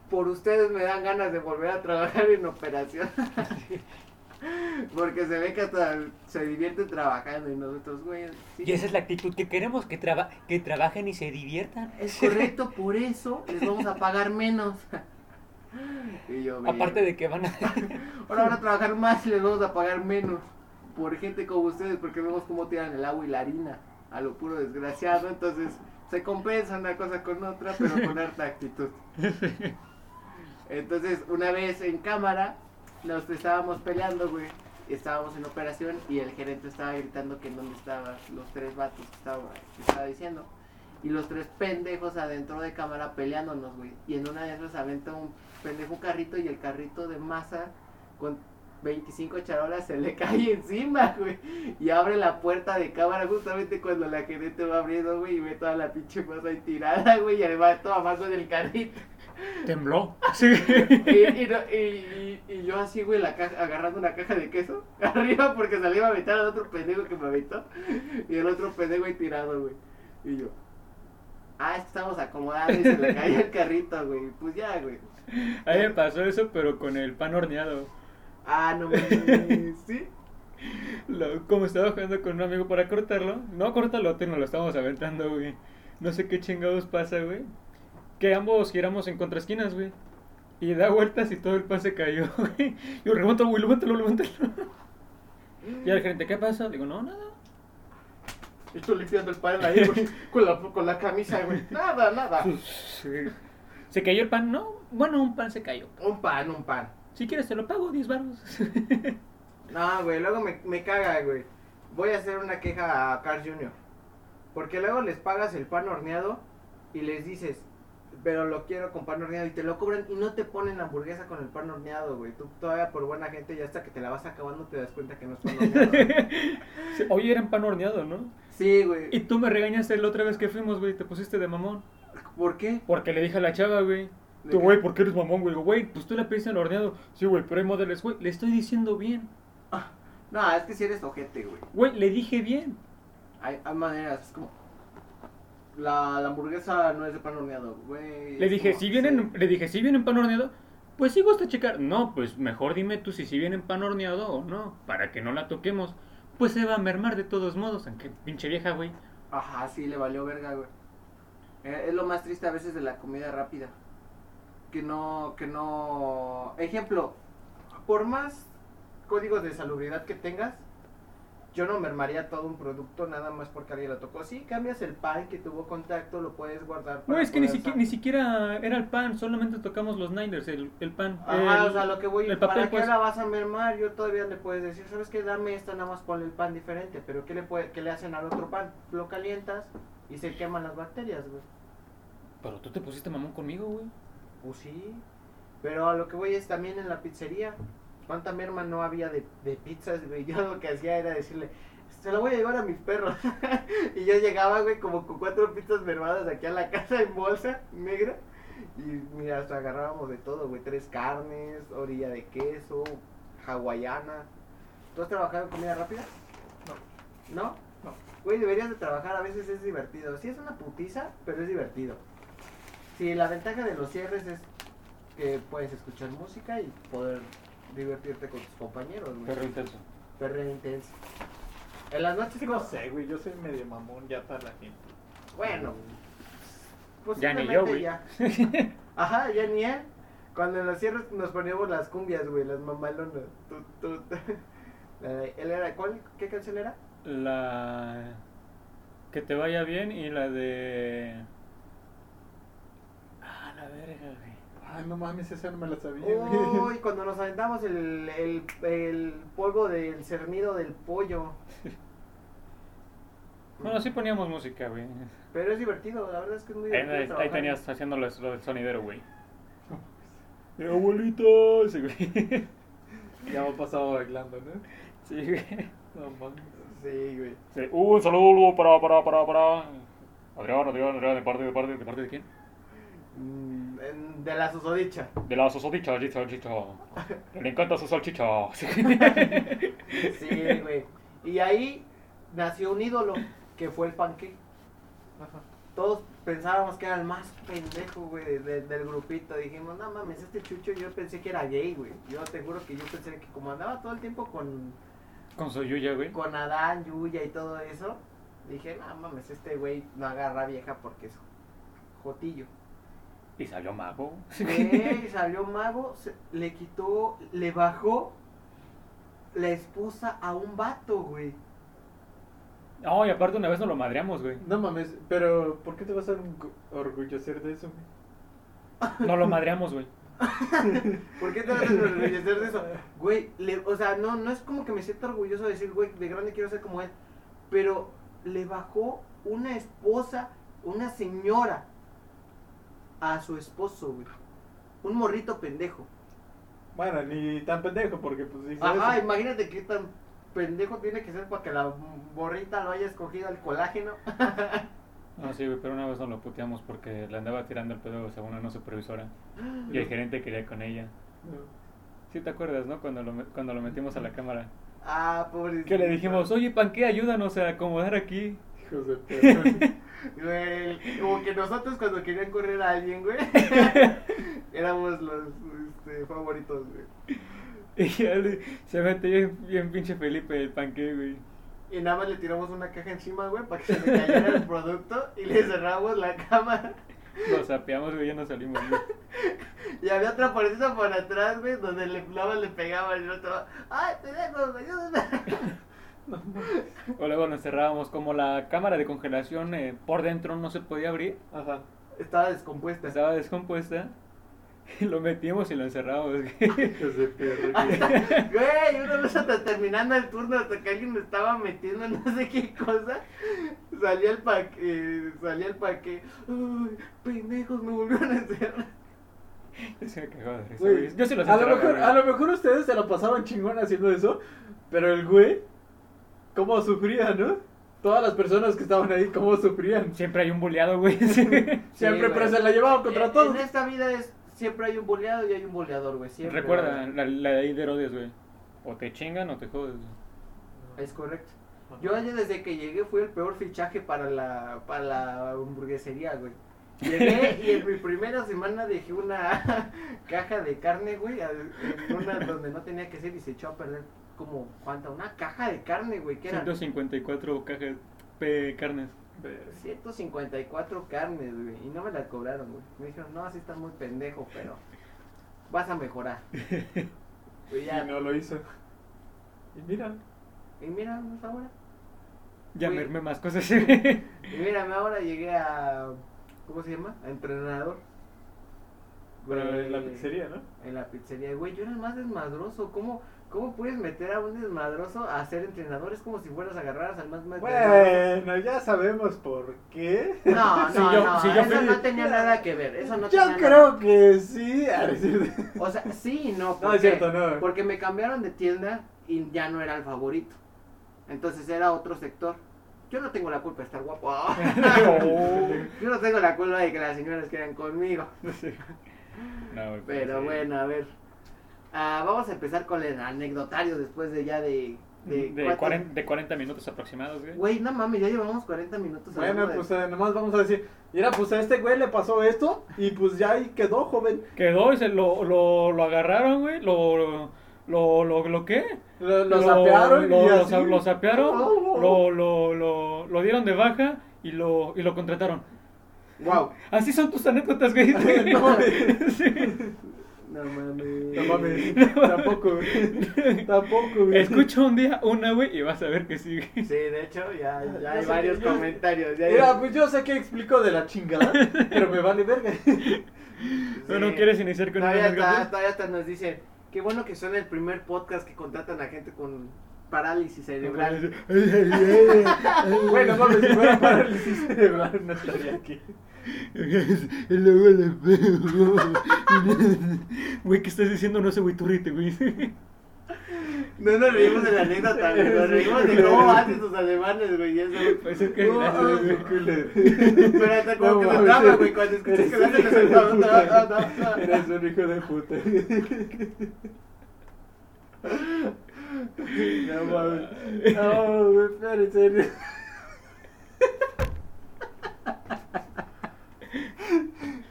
Por ustedes me dan ganas de volver a trabajar en operación. Porque se ve que hasta se divierte trabajando y nosotros, güey. sí. Y esa es la actitud que queremos, que, traba, que trabajen y se diviertan. Es correcto, por eso les vamos a pagar menos. y yo, bien. Aparte de que van a... Ahora van a trabajar más y les vamos a pagar menos. Por gente como ustedes, porque vemos cómo tiran el agua y la harina. A lo puro desgraciado. Entonces se compensa una cosa con otra, pero con harta actitud. Entonces, una vez en cámara, nos estábamos peleando, güey. Estábamos en operación y el gerente estaba gritando que en dónde estaban los tres vatos que estaba, que estaba diciendo. Y los tres pendejos adentro de cámara peleándonos, güey. Y en una de esas aventa un pendejo un carrito y el carrito de masa con 25 charolas se le cae encima, güey. Y abre la puerta de cámara justamente cuando la gerente va abriendo, güey, y ve toda la pinche masa ahí tirada, güey, y además todo abajo del carrito. Tembló. Sí. Y, y no- y- y- y yo así, güey, la caja, agarrando una caja de queso arriba porque se le iba a aventar al otro pendejo que me aventó. Y el otro pendejo ahí tirado, güey. Y yo, ah, estamos acomodando y se le cayó el carrito, güey. Pues ya, güey. A mí me pasó eso, pero con el pan horneado. Ah, no mames, sí. Lo- como estaba jugando con un amigo para cortarlo, no córtalo, te nos lo estábamos aventando, güey. No sé qué chingados pasa, güey. Que ambos giramos en contraesquinas, güey. Y da vueltas y todo el pan se cayó, güey. Yo remonto, güey, levántalo, levántalo. Y al gerente, ¿qué pasa? Digo, no, nada. Y tú limpiando el panel ahí, güey, con la, con la camisa, güey. Nada, nada. ¿Se cayó el pan? No. Bueno, un pan se cayó. Un pan, un pan. Si quieres, te lo pago, 10 baros. No, güey, luego me, me caga, güey. Voy a hacer una queja a Carl Jr. Porque luego les pagas el pan horneado y les dices, pero lo quiero con pan horneado y te lo cobran y no te ponen hamburguesa con el pan horneado, güey. Tú todavía por buena gente ya hasta que te la vas acabando te das cuenta que no es pan horneado. güey. Oye, eran pan horneado, ¿no? sí, güey. Y tú me regañaste la otra vez que fuimos, güey, te pusiste de mamón. ¿Por qué? Porque le dije a la chava, güey. ¿De Tú, qué? güey, ¿por qué eres mamón, güey? Digo, Güey, pues tú la pediste al horneado. Sí, güey, pero hay modelos, güey. Le estoy diciendo bien. No, es que si eres ojete, güey. Güey, le dije bien. Hay, hay maneras, es como... La, la hamburguesa no es de pan horneado, güey. Le Es dije, como- si vienen, sí. le dije, si vienen pan horneado, pues sí gusta checar. No, pues mejor dime tú si si vienen pan horneado o no, para que no la toquemos. Pues se va a mermar de todos modos, aunque pinche vieja, güey. Ajá, sí, le valió verga, güey. Eh, es lo más triste a veces de la comida rápida. Que no, que no... Ejemplo, por más códigos de salubridad que tengas, yo no mermaría todo un producto nada más porque alguien lo tocó. Sí, cambias el pan que tuvo contacto, lo puedes guardar. para Güey, es que ni poder siquiera, usar. ni siquiera era el pan, solamente tocamos los Niners, el, el pan. Ajá, el- o sea, lo que voy... el ¿Para papel, qué pues. la vas a mermar? Yo todavía le puedes decir, ¿sabes qué? Dame esta, nada más ponle el pan diferente. Pero ¿qué le, puede, qué le hacen al otro pan? Lo calientas y se queman las bacterias, güey. Pero tú te pusiste mamón conmigo, güey. Pues sí. Pero a lo que voy es también en la pizzería. ¿Cuánta merma no había de, de pizzas, güey? Yo lo que hacía era decirle, se la voy a llevar a mis perros. y yo llegaba, güey, como con cuatro pizzas mermadas aquí a la casa en bolsa negra. Y mira, hasta agarrábamos de todo, güey. Tres carnes, orilla de queso, hawaiana. ¿Tú has trabajado en comida rápida? No. ¿No? No. Güey, deberías de trabajar, a veces es divertido. Sí es una putiza, pero es divertido. Sí, la ventaja de los cierres es que puedes escuchar música y poder divertirte con tus compañeros, güey. Perro intenso. Perreo intenso. En las noches Sí, no como- sé, güey, yo soy medio mamón ya para la gente. Bueno. Pues Ya ni yo, güey. ya. Ajá, ya ni él. Cuando en los cierres nos poníamos las cumbias, güey, las mamalonas. Tu, tu, tu. La de- Él era, ¿cuál? ¿Qué canción era? La. Que te vaya bien y la de. Ah, la verga, güey. Ay, Ah, no mames, esa no me la sabía, güey. Uy, cuando nos aventamos el, el, el polvo del cernido del pollo. Bueno, sí poníamos música, güey. Pero es divertido, la verdad es que es muy Ahí, divertido. ahí trabajar. tenías haciendo lo del sonidero, güey. Eh, abuelito, ese güey. Ya me pasado bailando, ¿no? Sí, güey. No mames. Sí, güey. Sí, uh, un saludo para, para, para, para. Adrián, Adrián, Adrián, de parte, de parte, de parte de quién? Mm, En- De la susodicha. De la sosodicha, chicha, chicha. Le encanta su salchicha. Sí. Sí, güey. Y ahí nació un ídolo, que fue el panque. Todos pensábamos que era el más pendejo, güey, de- de- del grupito. Dijimos, no mames, este chucho yo pensé que era gay, güey. Yo te juro que yo pensé que como andaba todo el tiempo con, Con su yuya, güey. con Adán, Yuya y todo eso, dije, no mames, este güey no agarra vieja porque es jotillo. Y salió mago. Güey, salió mago, se- le quitó, le bajó la esposa a un vato, güey. No, y aparte una vez nos lo madreamos, güey. No mames, pero ¿por qué te vas a orgu- orgullecer de eso, güey? Nos lo madreamos, güey. ¿Por qué te vas a enorgullecer de eso? Güey, le- o sea, no, no es como que me siento orgulloso de decir, güey, de grande quiero ser como él. Pero le bajó una esposa, una señora, a su esposo, güey. Un morrito pendejo. Bueno, ni tan pendejo, porque pues hizo Ajá, eso. imagínate qué tan pendejo tiene que ser para que la morrita lo haya escogido al colágeno. No, sí, güey, pero una vez nos lo puteamos porque le andaba tirando el pedo según una no supervisora. Y el gerente quería con ella. Sí te acuerdas, ¿no? Cuando lo, me- cuando lo metimos a la cámara. Ah, pobrecito. Que le dijimos, oye, Panque, ayúdanos a acomodar aquí. Hijos de perro. Güey, como que nosotros cuando querían correr a alguien, güey, éramos los este, favoritos, güey. Y ya le- se mete bien, bien pinche Felipe el Panque, güey. Y nada más le tiramos una caja encima, güey, para que se le cayera el producto y le cerramos la cámara. Lo sapeamos, güey, ya nos salimos, güey. Y había otra parecida por atrás, güey, donde le, nada más le pegaban y el otro, ¡ay, pendejo, ayúdame! O luego nos cerrábamos. Como la cámara de congelación eh, por dentro no se podía abrir, Ajá. Estaba descompuesta. estaba descompuesta. Y lo metimos y lo encerramos, güey. Hijos de perro. güey. Güey, una vez hasta terminando el turno, hasta que alguien me estaba metiendo en no sé qué cosa, salía el paque, salía el paque, ¡ay, pendejos, me volvieron a encerrar! Se me cagó de risa, Güey, güey. Yo sí los a lo, encerraba, mejor, güey. a lo mejor ustedes se la pasaban chingón haciendo eso, pero el güey, cómo sufría, ¿no? Todas las personas que estaban ahí, cómo sufrían. Siempre hay un boleado, güey. sí. Siempre, güey. pero se la llevaban contra En- todos. En esta vida es, siempre hay un boleado y hay un boleador, güey, siempre. Recuerda la, la de ahí de Herodes, güey. O te chingan o te jodes, güey. Es correcto. Yo ya desde que llegué fui el peor fichaje para la, para la hamburguesería, güey. Llegué y en mi primera semana dejé una caja de carne, güey, al- en una donde no tenía que ser y se echó a perder como, ¿cuánta? Una caja de carne, güey, que eran 154 cajas de carnes. 154 carnes, güey, y no me las cobraron, güey. Me dijeron, no, así estás muy pendejo, pero vas a mejorar. Güey, ya. Y no lo hizo. Y mira, Y mira, pues, ahora. Ya Güey. me armé más cosas, güey. Y mírame, ahora llegué a. ¿Cómo se llama? A entrenador. bueno, Güey, en la pizzería, ¿no? En la pizzería, güey. Yo era el más desmadroso. ¿Cómo, ¿Cómo puedes meter a un desmadroso a ser entrenador? Es como si fueras a agarrar al más más desmadroso. Bueno, ya sabemos por qué. No, no, si yo- no. si yo eso fui- no tenía nada que ver. Eso no Yo tenía nada. creo que sí. a decir- O sea, sí y no. No, ¿por es qué? cierto, no. Porque me cambiaron de tienda y ya no era el favorito. Entonces era otro sector. Yo no tengo la culpa de estar guapo. Yo no tengo la culpa de que las señoras quieran conmigo. No, güey, Pero sí. bueno, a ver. Ah, vamos a empezar con el anecdotario después de ya de. De, De, 40, cuatro- de 40 minutos aproximados, güey. Güey, no mames, ya llevamos 40 minutos. Bueno, hablando de- pues eh, nomás vamos a decir, mira, pues a este güey le pasó esto y pues ya ahí quedó, joven. Quedó y se lo, lo, lo agarraron, güey. Lo, lo, lo, lo, lo- ¿qué? Lo, lo sapearon lo, y lo así. sa- lo sapearon, Oh. lo, lo, lo, lo dieron de baja y lo, y lo contrataron. eh, Wow. Así son tus anécdotas, güey. No mames. Sí. No mames. No mames, tampoco, güey. Tampoco, güey. Escucha un día una, güey, y vas a ver que sí, güey. Sí, de hecho, ya, ya Yo hay sé varios que yo- comentarios. ya hay- Mira, pues yo sé que explico de la chingada, pero me vale verga. ¿No, no Sí. quieres iniciar con una Todavía hasta, anécdota? todavía hasta nos dicen, qué bueno que son el primer podcast que contratan a gente con, parálisis cerebral. Bueno, mames, si fuera parálisis cerebral no estaría aquí. El agua le pego. Güey, ¿qué estás diciendo? No sé, güey, tú rite, güey. No nos reímos de la anécdota, güey. Nos reímos de cómo haces tus alemanes, güey. y eso. Pues es que. No, Ah, güey. Pero Pero hasta como que se traba, güey. Cuando escuchas que lo hacen, se traba. No, no, no, no. Eres un hijo de puta. No mames. No, güey, pero en serio.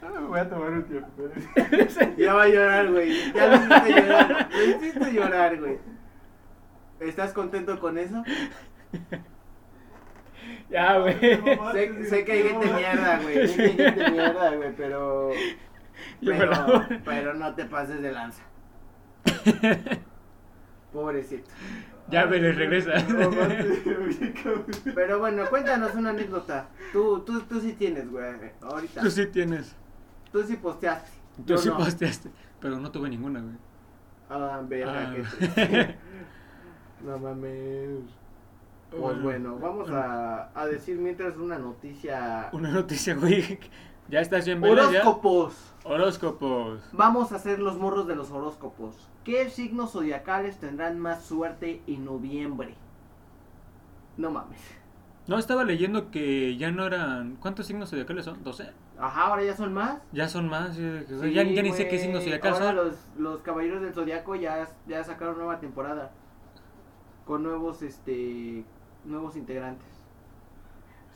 Ah, me Voy a tomar un tiempo. pero- Ya va a llorar, güey. Ya lo hiciste llorar. Lo hiciste llorar, güey. ¿Estás contento con eso? Ya, güey. Sé, sé que hay gente mierda, güey. Sé que hay gente mierda, güey, pero. Yo me Pero, la voy. pero no te pases de lanza. Pobrecito. Ya, güey, les regresa. No mames, güey, cabrón. Pero bueno, cuéntanos una anécdota. Tú, tú, tú sí tienes, güey. Ahorita. Tú sí tienes. Tú sí posteaste. Tú Yo sí no. posteaste. Pero no tuve ninguna, güey. Ah, verga, Ah. qué triste. No mames. Pues bueno, vamos a, a decir mientras una noticia. Una noticia, güey. Ya estás bien, ¿verdad? Ya. Horóscopos. Horóscopos. Vamos a hacer los morros de los horóscopos. ¿Qué signos zodiacales tendrán más suerte en noviembre? No mames. No, estaba leyendo que ya no eran. ¿Cuántos signos zodiacales son? ¿12? Ajá, ahora ya son más. Ya son más. yo dije, Sí, güey, Pues ya, ya ni sé güey. qué signos zodiacales Ahora son. los, los caballeros del zodiaco ya, ya sacaron nueva temporada. Con nuevos, este, nuevos integrantes.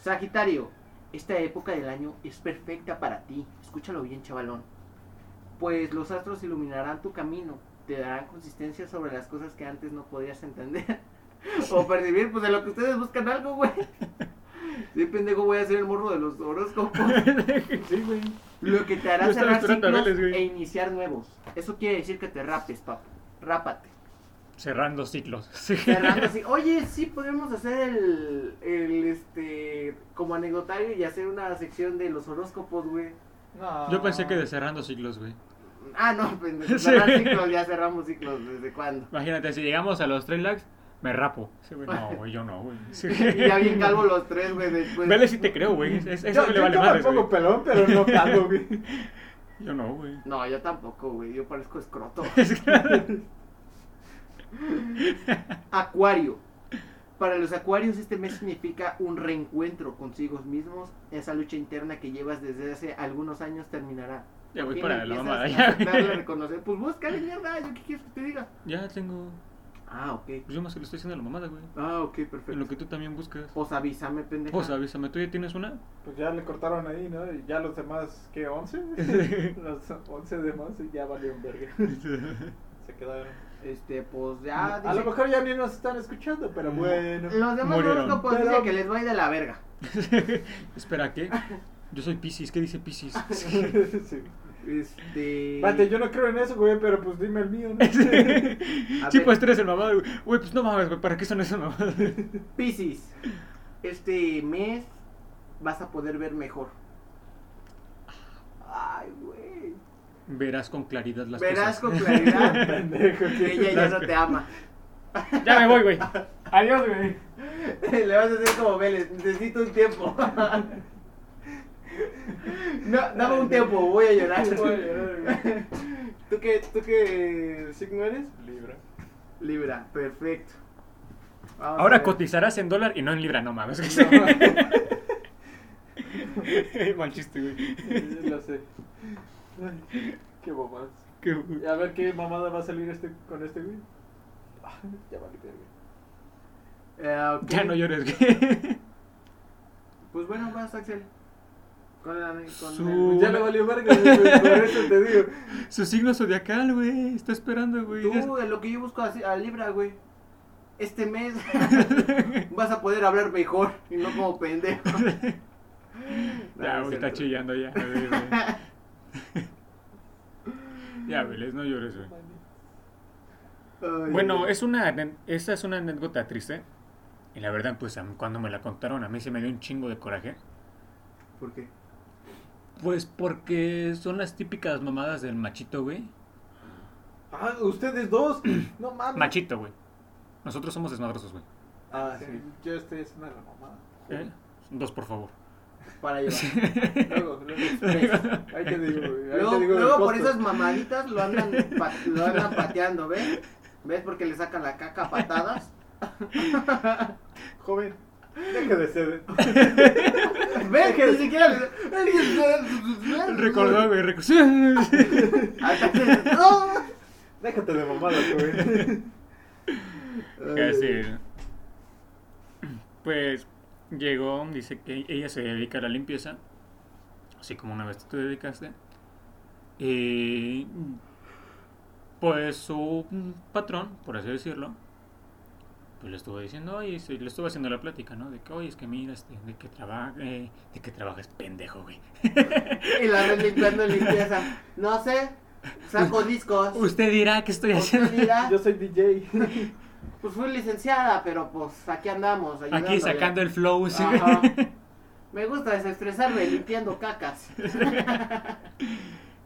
Sagitario, esta época del año es perfecta para ti. Escúchalo bien, chavalón. Pues los astros iluminarán tu camino. Te darán consistencia sobre las cosas que antes no podías entender. o percibir, pues de lo que ustedes buscan algo, güey. Sí, pendejo, voy a hacer el morro de los horóscopos. sí, güey. Lo que te hará Yo estaba cerrar esperando a ciclos Vélez, güey. e iniciar nuevos. Eso quiere decir que te rapes, papá. Rápate. Cerrando ciclos. Sí. Cerrando así. Oye, sí, podemos hacer el, el, este, como anecdotario y hacer una sección de los horóscopos, güey. No. Yo pensé que de cerrando ciclos, güey. Ah, no, pendejo, Sí. cerrar ciclos, ya cerramos ciclos, ¿desde cuándo? Imagínate, si llegamos a los 3 likes, me rapo. Sí, güey. No, güey, yo no, güey. Sí. Y ya bien calvo los tres, güey, después. Vele si te creo, güey. Es- es- Eso Yo, me le yo vale no madres, me pongo güey. pelón, pero no calvo, güey. Yo no, güey. No, yo tampoco, güey, yo parezco escroto. Acuario. Para los acuarios este mes significa un reencuentro consigo mismos. Esa lucha interna que llevas desde hace algunos años terminará. Ya Por voy fin para la ¿eh? empiezas mamada, a ya, aceptarla, a güey. reconocer. Pues búscale mierda, yo qué quieres que te diga. Ya tengo. Ah, ok. Pues yo más que le estoy haciendo a la mamada, güey. Ah, ok, En lo perfecto. que tú también buscas. Pues avísame, pendejo. Pues avísame, ¿tú ya tienes una? Pues ya le cortaron ahí, ¿no? Y ya los demás, ¿qué? ¿11? los 11 demás ya valieron verga. Se quedaron. Este, pues ya. A dice- lo mejor ya ni nos están escuchando, pero bueno. Los demás Murieron. horóscopos Pero- dicen que les va a ir de la verga. Espera, ¿qué? Yo soy Piscis, ¿qué dice Piscis? sí. Este. Vate, yo no creo en eso, güey, pero pues dime el mío, ¿no? A sí, ver. pues tú eres el mamado, güey. Güey, pues no mames, güey, ¿para qué son esas mamadas? Piscis, este mes vas a poder ver mejor. Ay, güey. Verás con claridad las Verás con cosas. claridad Pendejo, que ella ya no te ama. ya me voy, güey. Adiós, güey. Le vas a hacer como Vélez, necesito un tiempo. No, dame un tiempo, voy a llorar. Voy a llorar, güey. ¿Tú qué, ¿Tú qué signo eres? Libra. Libra, perfecto. Vamos a Ahora ver. cotizarás en dólar y no en libra, no mames. Mal chiste, güey. lo sé. Ay, Qué bobadas. Qué A ver qué mamada va a salir este con este güey. Ah, Ya vale, verga. Eh, ok. Ya no llores, güey. Pues bueno, vas, Axel. Con la- con Su- el- Pues Ya le valió verga, güey, por eso te digo. Su signo zodiacal, güey. Está esperando, güey. Tú, Ah, en lo que yo busco así- a, Libra, güey. Este mes vas a poder hablar mejor y no como pendejo. Ya, No, no es güey, está cierto. chillando ya. a ver, güey. ya, Vélez, no llores, güey. Ay, Bueno, güey. es una, ane- esa es una anécdota triste. Y la verdad, pues a mí- cuando me la contaron, a mí se me dio un chingo de coraje. ¿Por qué? Pues porque son las típicas mamadas del machito, güey. Ah, ustedes dos. No mames. Machito, güey. Nosotros somos desmadrosos, güey. Ah, sí. Yo estoy haciendo la mamada. ¿Eh? Dos, por favor. Para llevar. Luego, luego. pues, Ahí te digo, güey, ahí Luego, te digo el luego por costo. esas mamaditas lo andan, pa- lo andan pateando, ¿ves? ¿Ves? Porque le sacan la caca a patadas. Joven, deje de ser. ¿Ves? Que ni siquiera le. Recordó, güey. recordó. Sí. Hasta que- ¡No! Déjate de mamada, joven. Ya sé. Pues llegó, dice que ella se dedica a la limpieza, así como una vez tú te dedicaste. Y pues su patrón, por así decirlo, pues le estuvo diciendo, oye, sí, le estuvo haciendo la plática, ¿no? De que, oye, es que mira, este, de que trabaja, eh, de que trabajas pendejo, güey. Y la red limpiando limpieza. No sé, saco discos. Usted dirá que estoy haciendo. Usted dirá, Yo soy DJ. pues fui licenciada, pero pues aquí andamos. Aquí ayudándole. sacando el flow, sí, güey. Ajá. Me gusta desestresarme limpiando cacas.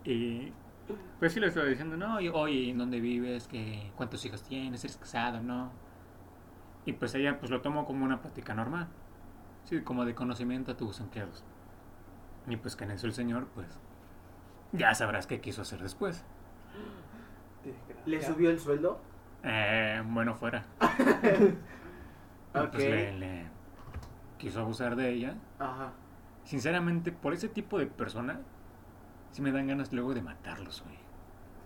Y pues sí le estaba diciendo, no, y- oye, ¿en dónde vives? ¿Qué, ¿Cuántos hijos tienes? ¿Eres casado? ¿No? Y pues ella pues lo tomó como una plática normal, sí, como de conocimiento a tus empleados. Y pues que en eso el señor, pues ya sabrás qué quiso hacer después. ¿Le subió el sueldo? Eh, bueno, fuera. Y, Ok. Pues le, le quiso abusar de ella. Ajá. Sinceramente, por ese tipo de persona, sí me dan ganas luego de matarlos, güey.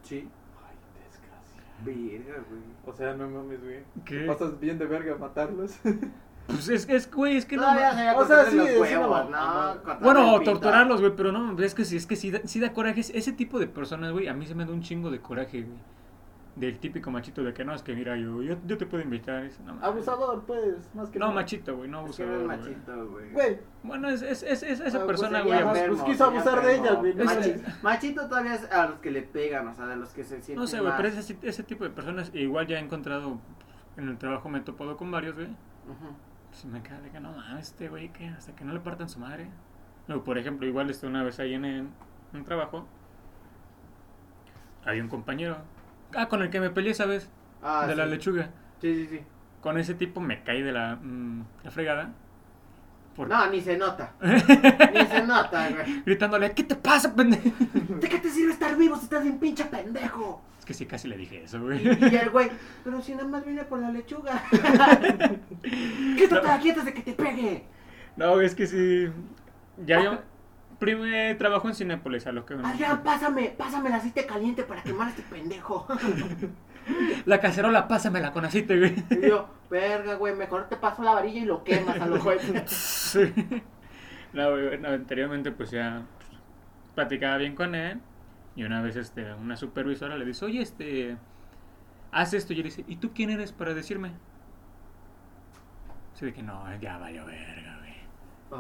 Sí. Ay, desgracia. Verga, güey. O sea, no mames, güey. ¿Qué? Pasas bien de verga a matarlos. Pues es, es, güey, es que no... Todavía ma- sería O sea, cortarle sí, los es una huevos, mamada. ¿no? Cortarle Bueno, el o pito. torturarlos, güey, pero no, es que sí, es que sí, da- sí da coraje. Es- Ese tipo de personas, güey, a mí se me da un chingo de coraje, güey. Del típico machito de que no, es que mira, yo, yo, yo te puedo invitar. es- no, Abusador, pues, más que No, nada. machito, güey, no Es que eres abusador. güey. machito, güey. Güey, Bueno, es, es, es, es esa Ah, pues persona, sería güey. ya abus- ver, enfermo, pues quiso sería abusar de enfermo. ella, güey, no Machi- manches. machito todavía es a los que le pegan, o sea, de los que se sienten No sé, güey, más. pero es ese, ese tipo de personas, igual ya he encontrado en el trabajo, me he topado con varios, güey. Ujú. Si me cae de que no mames, este güey, que hasta que no le partan su madre. No, por ejemplo, igual estuve una vez ahí en el- en un trabajo. Había un compañero. Ah, con el que me peleé, ¿sabes? Ah, de la sí. lechuga. Sí, sí, sí. Con ese tipo me caí de la, mm, la fregada. Por- No, ni se nota. ni se nota, güey. Gritándole, ¿qué te pasa, pendejo? ¿De qué te sirve estar vivo si estás bien pinche pendejo? Es que sí, casi le dije eso, Y, güey. y el güey, pero si nada más vine por la lechuga. Quítate aquí antes de que te pegue. No, es que sí. Ya yo. Primer trabajo en Cinépolis, a lo que. Adrián, pásame, pásame el aceite caliente para quemar a este pendejo. La cacerola, pásamela con aceite, güey. Y yo, verga, güey, mejor te paso la varilla y lo quemas a los jueces. Sí. No, güey, no, anteriormente pues ya pues, platicaba bien con él y una vez este, una supervisora le dice, oye, este, haz esto. Y él dice, ¿y tú quién eres para decirme? Así de que no, ya valió verga, güey.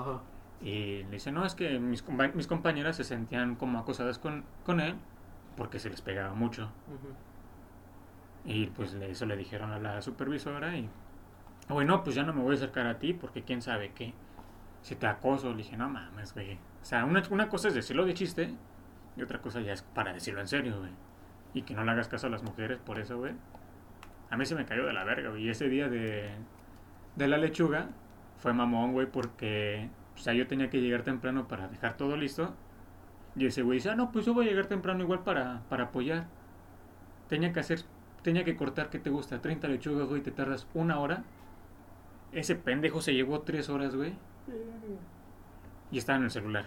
Ajá. Y le dice, no, es que mis, compa- mis compañeras se sentían como acosadas con, con él porque se les pegaba mucho. Y pues le- eso le dijeron a la supervisora y, güey, no, pues ya no me voy a acercar a ti porque quién sabe qué. Si te acoso, le dije, no mames, güey. O sea, una, una cosa es decirlo de chiste y otra cosa ya es para decirlo en serio, güey. Y que no le hagas caso a las mujeres por eso, güey. A mí se me cayó de la verga, güey. Y ese día de, de la lechuga fue mamón, güey, porque, o sea, yo tenía que llegar temprano para dejar todo listo. Y ese güey dice, ah, no, pues yo voy a llegar temprano igual para, para apoyar. Tenía que hacer tenía que cortar, ¿qué te gusta? 30 lechugas, güey, te tardas una hora. Ese pendejo se llevó tres horas, güey, Ah, y estaba en el celular.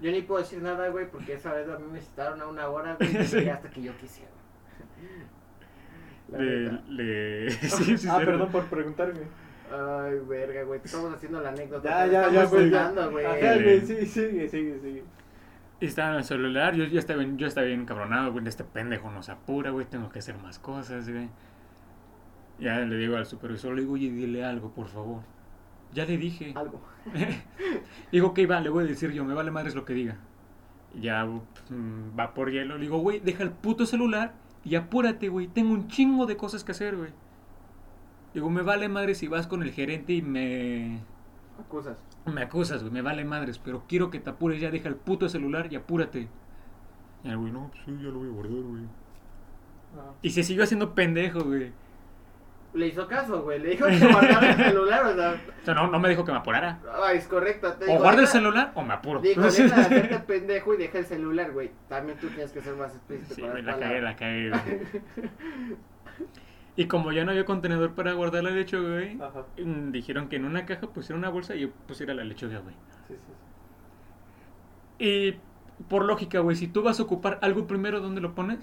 Yo ni puedo decir nada, güey, porque esa vez a mí me citaron a una hora, güey, y Sí. llegué hasta que yo quisiera. La Le, neta. le- sí, sí, ah, sí, perdón por preguntarme. Ay, verga, güey, estamos haciendo la anécdota. Ya, pero ya, ya, estamos güey. ya. jugando, güey. Ajá, güey, sí, sigue, sigue, sigue. Y estaba en el celular, yo ya estaba, bien- yo estaba bien cabronado, güey, este pendejo nos apura, güey, tengo que hacer más cosas, güey. Ya le digo al supervisor, le digo, oye, dile algo, por favor. Ya le dije. Algo. Digo, ok, va, le voy a decir yo, me vale madres lo que diga. Ya mm, va por hielo, le digo, güey, deja el puto celular y apúrate, güey, tengo un chingo de cosas que hacer, güey. Digo, me vale madres si vas con el gerente y me, Acusas. me acusas, güey, me vale madres, pero quiero que te apures ya, deja el puto celular y apúrate. Y el güey, no, pues sí, ya lo voy a guardar, güey. No. Y se siguió haciendo pendejo, güey. le hizo caso, güey. Le dijo que guardara el celular, o sea. O sea, no, no me dijo que me apurara. ah, es correcto. te O digo, guardo el deja- celular o me apuro. Digo, deja Sí, de hacerte pendejo y deja el celular, güey. También tú tienes que ser más explícito con güey, las la cagué, palabras. la cagué, güey. Y como ya no había contenedor para guardar la lechuga, güey, Ajá, mm, dijeron que en una caja pusiera una bolsa y yo pusiera la lechuga, güey. sí, sí, sí. Y por lógica, güey, si tú vas a ocupar algo primero, ¿dónde lo pones?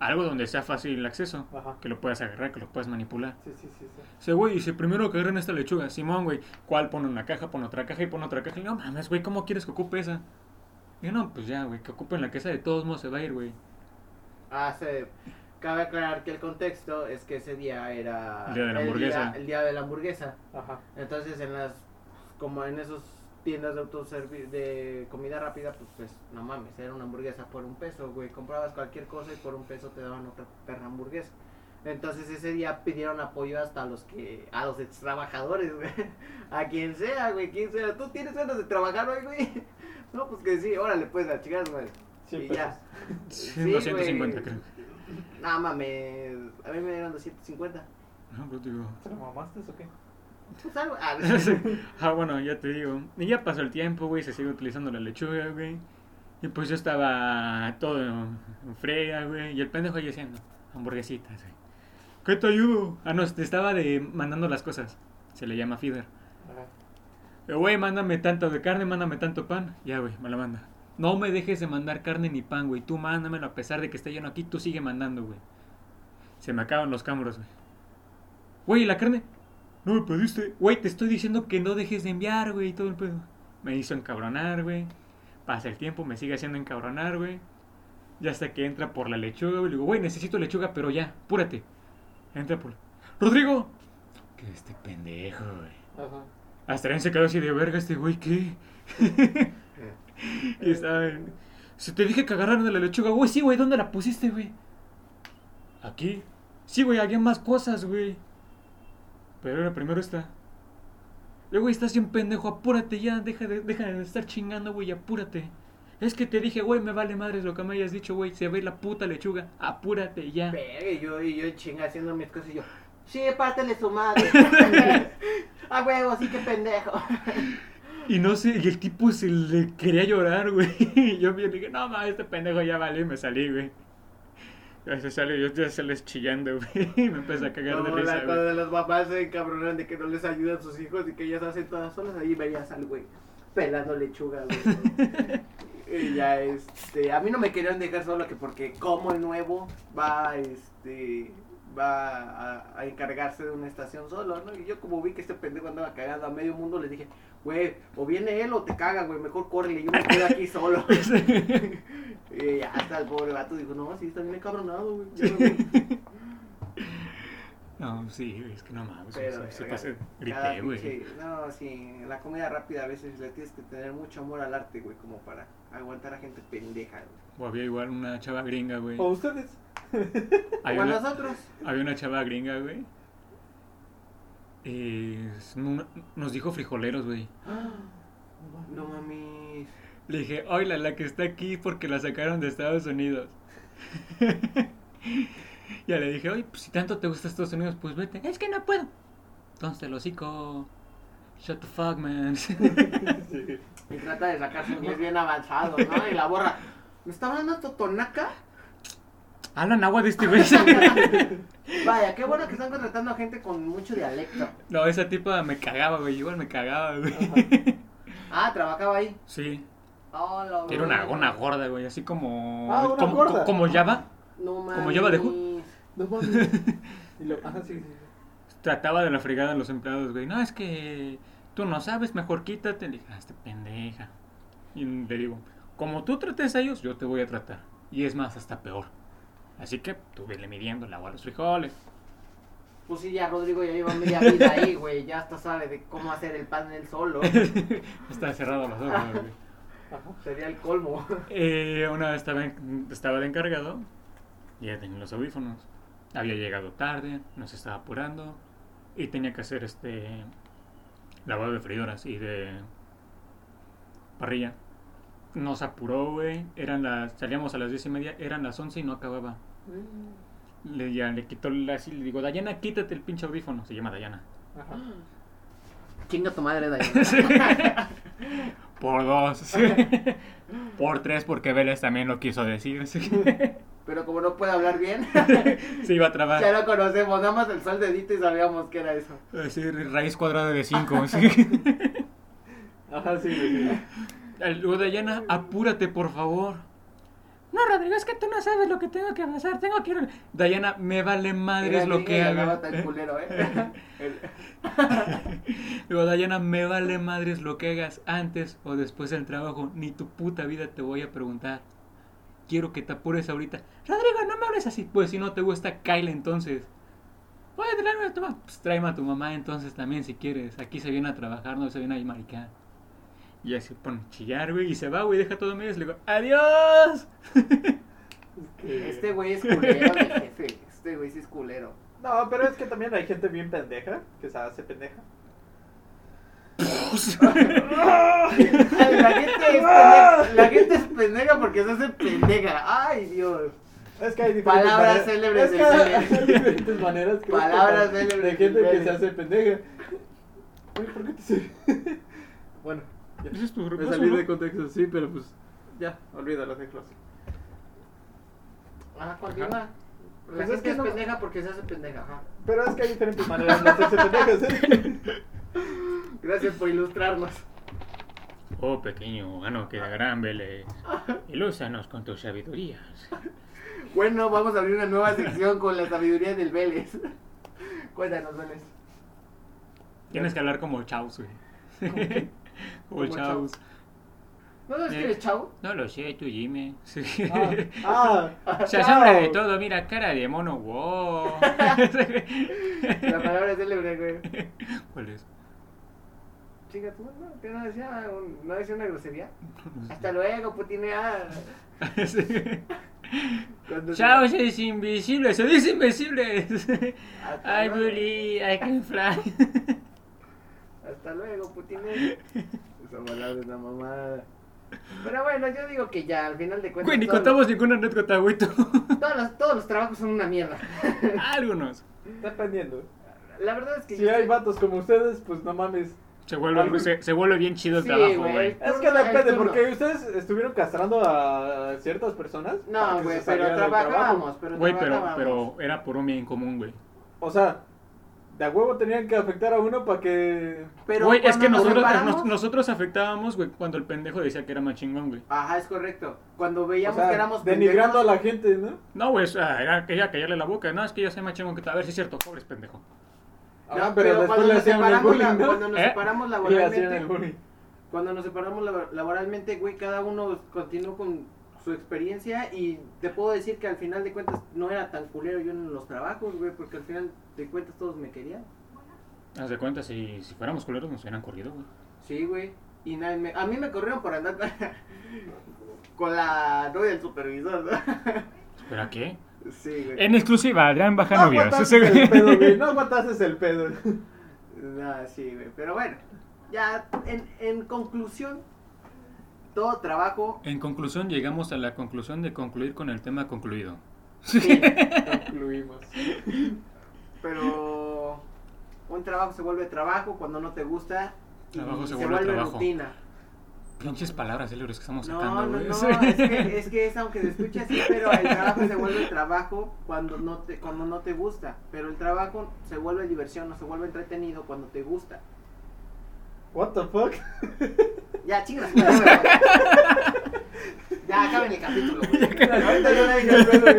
Algo donde sea fácil el acceso, Ajá. que lo puedas agarrar, que lo puedas manipular. Sí, sí, sí, sí. O sea, güey, dice, primero que agarren esta lechuga, Simón, güey, ¿cuál? Pone una caja, pone otra caja y pone otra caja. Y no mames, güey, ¿cómo quieres que ocupe esa? Y yo, no, pues ya, güey, que ocupen la que esa de todos modos se va a ir, güey. Ah, se... Cabe aclarar que el contexto es que ese día era... El día de la El hamburguesa. día, el día de la hamburguesa. Ajá. Entonces, en las... Como en esos tiendas de autoservi- de comida rápida, pues, pues, no mames, era una hamburguesa por un peso, güey. Comprabas cualquier cosa y por un peso te daban otra perra hamburguesa. Entonces, ese día pidieron apoyo hasta a los que... A los ex trabajadores, güey. A quien sea, güey, quien sea. ¿Tú tienes ganas de trabajar hoy, güey? No, pues que sí, órale, pues, a chicas, güey. Y pues, ya. Sí, 250, güey. creo. No mames, a mí me dieron 250. No, pues digo. ¿Te lo mamaste o qué? Pues algo. Ah, ah, bueno, ya te digo. Y ya pasó el tiempo, güey, se sigue utilizando la lechuga, güey. Y pues yo estaba todo en frega, güey. Y el pendejo ahí haciendo hamburguesitas, güey. ¿Qué te ayudo? Ah, no, te estaba de, mandando las cosas. Se le llama feeder. Ajá. Eh, Güey, mándame tanto de carne, mándame tanto pan. Ya, güey, me la manda. No me dejes de mandar carne ni pan, güey. Tú mándamelo a pesar de que esté lleno aquí, tú sigue mandando, güey. Se me acaban los cámaros, güey. Güey, ¿y la carne? No me pediste. Güey, te estoy diciendo que no dejes de enviar, güey, y todo el pedo. Me hizo encabronar, güey. Pasa el tiempo, me sigue haciendo encabronar, güey. Ya hasta que entra por la lechuga, güey. Le digo, güey, necesito lechuga, pero ya, apúrate. Entra por... ¡Rodrigo! Que este pendejo, güey. Ajá. Astrain se quedó así de verga este güey, ¿qué? y estaba en- Se te dije que agarraron de la lechuga, güey, sí, güey, ¿dónde la pusiste, güey? Aquí. Sí, güey, había más cosas, güey. Pero era primero esta. Le, güey, estás bien pendejo, apúrate ya, deja de, deja de estar chingando, güey, apúrate. Es que te dije, güey, me vale madres lo que me hayas dicho, güey, se ve la puta lechuga, apúrate ya. Verga, y yo, y yo en chinga haciendo mis cosas y yo. Sí, pártele su madre. A huevo, sí que pendejo. Y no sé, y el tipo se le quería llorar, güey. Y yo bien dije, no mames, este pendejo ya vale, y me salí, güey. Ya se sale, yo ya sales chillando, güey. Y me empecé a cagar de Como risa, la, güey. cuando los papás se encabronan de que no les ayudan sus hijos y que ellas hacen todas solas, ahí veías al güey pelando lechuga, güey. y ya, este, a mí no me querían dejar solo que porque como el nuevo va, este, va a, a encargarse de una estación solo, ¿no? Y yo como vi que este pendejo andaba cagando a medio mundo, les dije, güey, o viene él o te caga, güey, mejor córrele, yo me quedo aquí solo. y ya, hasta el pobre vato dijo, no, sí, está bien encabronado, güey. ya me voy". No, sí, güey, es que no mames, Pero, se, se verga, pasé, Cada grité, güey. pinche- No, sí, la comida rápida a veces le tienes que tener mucho amor al arte, güey, como para aguantar a gente pendeja, güey. O había igual una chava gringa, güey. ¿O ustedes? Había Como a una- nosotros. Había una chava gringa, güey. Eh, no- nos dijo frijoleros, güey. No mames. Le dije, oila, la que está aquí porque la sacaron de Estados Unidos. ya le dije, oye, pues si tanto te gusta Estados Unidos, pues vete. Es que no puedo. Entonces el hocico. Shut the fuck, man. Sí. Y trata de sacar su inglés bien avanzado, ¿no? Y la borra. ¿Me está hablando Totonaca? Hablan agua de este güey. Vaya, qué bueno que están contratando a gente con mucho dialecto. no, esa tipa me cagaba, güey. Igual me cagaba, güey. Ah, trabajaba ahí. Sí. Oh, la Era una, verga. una gorda, güey. Así como. Ah, una como, gorda. como Java. No mames. como lleva de ju- No mames. Y lo- Ajá, sí, sí. sí. Trataba de la fregada a los empleados, güey. No, es que tú no sabes, mejor quítate. Le dije, ah, este pendeja. Y le digo, como tú trates a ellos, yo te voy a tratar. Y es más, hasta peor. Así que tú vele midiendo el agua a los frijoles. Pues sí, ya Rodrigo ya lleva media vida ahí, güey. Ya hasta sabe de cómo hacer el pan él solo. Está cerrado los ojos, güey. Ajá. Sería el colmo. Eh, una vez estaba, en- estaba de encargado, y ya tenía los audífonos. Había llegado tarde, nos estaba apurando y tenía que hacer este lavado de freidoras y de parrilla. Nos apuró, güey. Eran las, salíamos a las diez y media, eran las 11 y no acababa. le, ya, le quitó la, así, le digo, Dayana, quítate el pinche audífono. Se llama Dayana. Ajá. Chinga tu madre, Dayana. Por dos. Por tres, porque Vélez también lo quiso decir. así que Pero como no puede hablar bien, se iba a ya trabar. lo conocemos. Nada más el sol dedito y sabíamos que era eso. Así, raíz cuadrada de cinco. así que- Ajá, sí, sí, sí. Al- Luego Dayana, apúrate, por favor. No, Rodrigo, es que tú no sabes lo que tengo que pasar. Tengo que ir. Dayana, me vale madre Era es lo niña que y hablaba haga. tan culero, ¿eh? El- Luego Dayana, me vale madres lo que hagas antes o después del trabajo. Ni tu puta vida te voy a preguntar. Quiero que te apures ahorita. Rodrigo, no me hables así. Pues si no te gusta, Kyle entonces. Voy a traerme a tu mamá. Pues tráeme a tu mamá entonces también si quieres. Aquí se viene a trabajar, no se viene a maricar. Y así pone a chillar, güey. Y se va, güey. Deja todo a medias. Le digo, adiós. que- Este güey es culero de jefe. Este güey sí es culero. No, pero es que también hay gente bien pendeja que se hace pendeja. Ay, La gente es pendeja, la gente es pendeja porque se hace pendeja. Ay, Dios. Es que hay diferentes Palabras maneras- célebres es del que hay- cine. hay diferentes maneras creo, Palabras de- célebres de gente del que cine. se hace pendeja. Uy, ¿por qué te se- Bueno, ya. Ese es tu me repaso, salí ¿no? de contexto, sí, pero pues ya, olvídalo de clase. Ajá, continúa. La Pues es gente que es no- pendeja porque se hace pendeja. Ajá. Pero es que hay diferentes maneras de hacerse pendejas. ¿eh? Gracias por ilustrarnos. Oh, pequeño humano que de gran Vélez. Ilúsanos con tus sabidurías. Bueno, vamos a abrir una nueva sección con la sabiduría del Vélez. Cuéntanos, Vélez. Tienes que hablar como Chaus, güey. Como Como Chaus. Chaus. ¿No sabes Eh. quién es Chau? No lo sé, tú dime. Sí. Ah, Se asombra chao. de todo, mira, cara de mono, wow. La palabra célebre, güey. ¿Cuál es? Chica, ¿tú no, que no decía, un- no decía una grosería? No sé. Hasta luego, putinea. Sí. Cuando se- Chaos es invisible, se dice invisible. Hasta I luego. believe I can fly. Hasta luego, putines. Esa palabra es una mamada. Pero bueno, yo digo que ya, al final de cuentas. Güey, ni todos contamos ninguna anécdota, güey. tú. los- Todos los, todos los trabajos son una mierda. Algunos. dependiendo. La verdad es que. Si hay vatos como ustedes, pues no mames. Se vuelve, se, se vuelve bien chido el Sí, trabajo, güey. güey. Es que Turno, el depende, turno. porque ustedes estuvieron castrando a ciertas personas. para No, que güey, pero se salieran del trabajo. trabajábamos. Pero Güey, pero, trabajábamos. pero era por un bien común, güey. O sea, de a huevo tenían que afectar a uno para que. Pero Güey, es cuando que nos nosotros, separamos- nos- nosotros afectábamos, güey, cuando el pendejo decía que era más chingón, güey. Ajá, es correcto. Cuando o veíamos sea, que éramos denigrando a pendejos- la gente, ¿no? No, güey, o sea, era que ya callarle la boca. No, es que yo soy más chingón que tú. A ver si es cierto, pobres pendejo. Ah, No, pero, cuando nos separamos, la- cuando nos ¿Eh? separamos Y le hacían el laboralmente, bullying. cuando nos separamos labo- laboralmente, güey, cada uno continuó con su experiencia y te puedo decir que al final de cuentas no era tan culero yo en los trabajos, güey, porque al final de cuentas todos me querían. Haz de cuenta, si, si fuéramos culeros nos hubieran corrido, güey. Sí, güey. Y nadie me- a mí me corrieron por andar con, con la novia del supervisor, ¿no? ¿Espera qué? Sí, güey. En exclusiva, Adrián No Bajano aguantaste el pedo, güey. No aguantaste el pedo. No, sí, güey. Pero bueno, ya en, en conclusión, todo trabajo. En conclusión, llegamos a la conclusión de concluir con el tema concluido. Sí. Concluimos. Pero un trabajo se vuelve trabajo cuando no te gusta. y Trabajo se vuelve trabajo. rutina. Pinches palabras célebres que estamos No, sacando, no, güey. no, es que, es que es aunque se escuche así, pero el trabajo se vuelve trabajo cuando no te cuando no te gusta, pero el trabajo se vuelve diversión, no se vuelve entretenido cuando te gusta. What the fuck? Ya, chingas. Ya acaben el capítulo. güey. Ahorita yo le dije el pedo,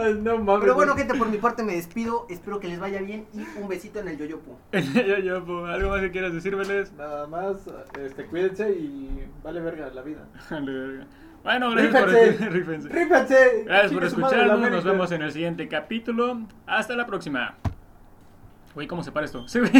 güey. No mames. Pero bueno, gente, por mi parte me despido, espero que les vaya bien y un besito en el yoyopo. yo, yo, po, ¿Algo más que quieras decir, Vélez? Nada más, este, cuídense y vale verga la vida. Dale, verga. Bueno, gracias Rífense. por Rífense. ¡Rípense! Gracias por escucharnos. Nos vemos en el siguiente capítulo. Hasta la próxima. Güey, ¿cómo se para esto? Sí, güey.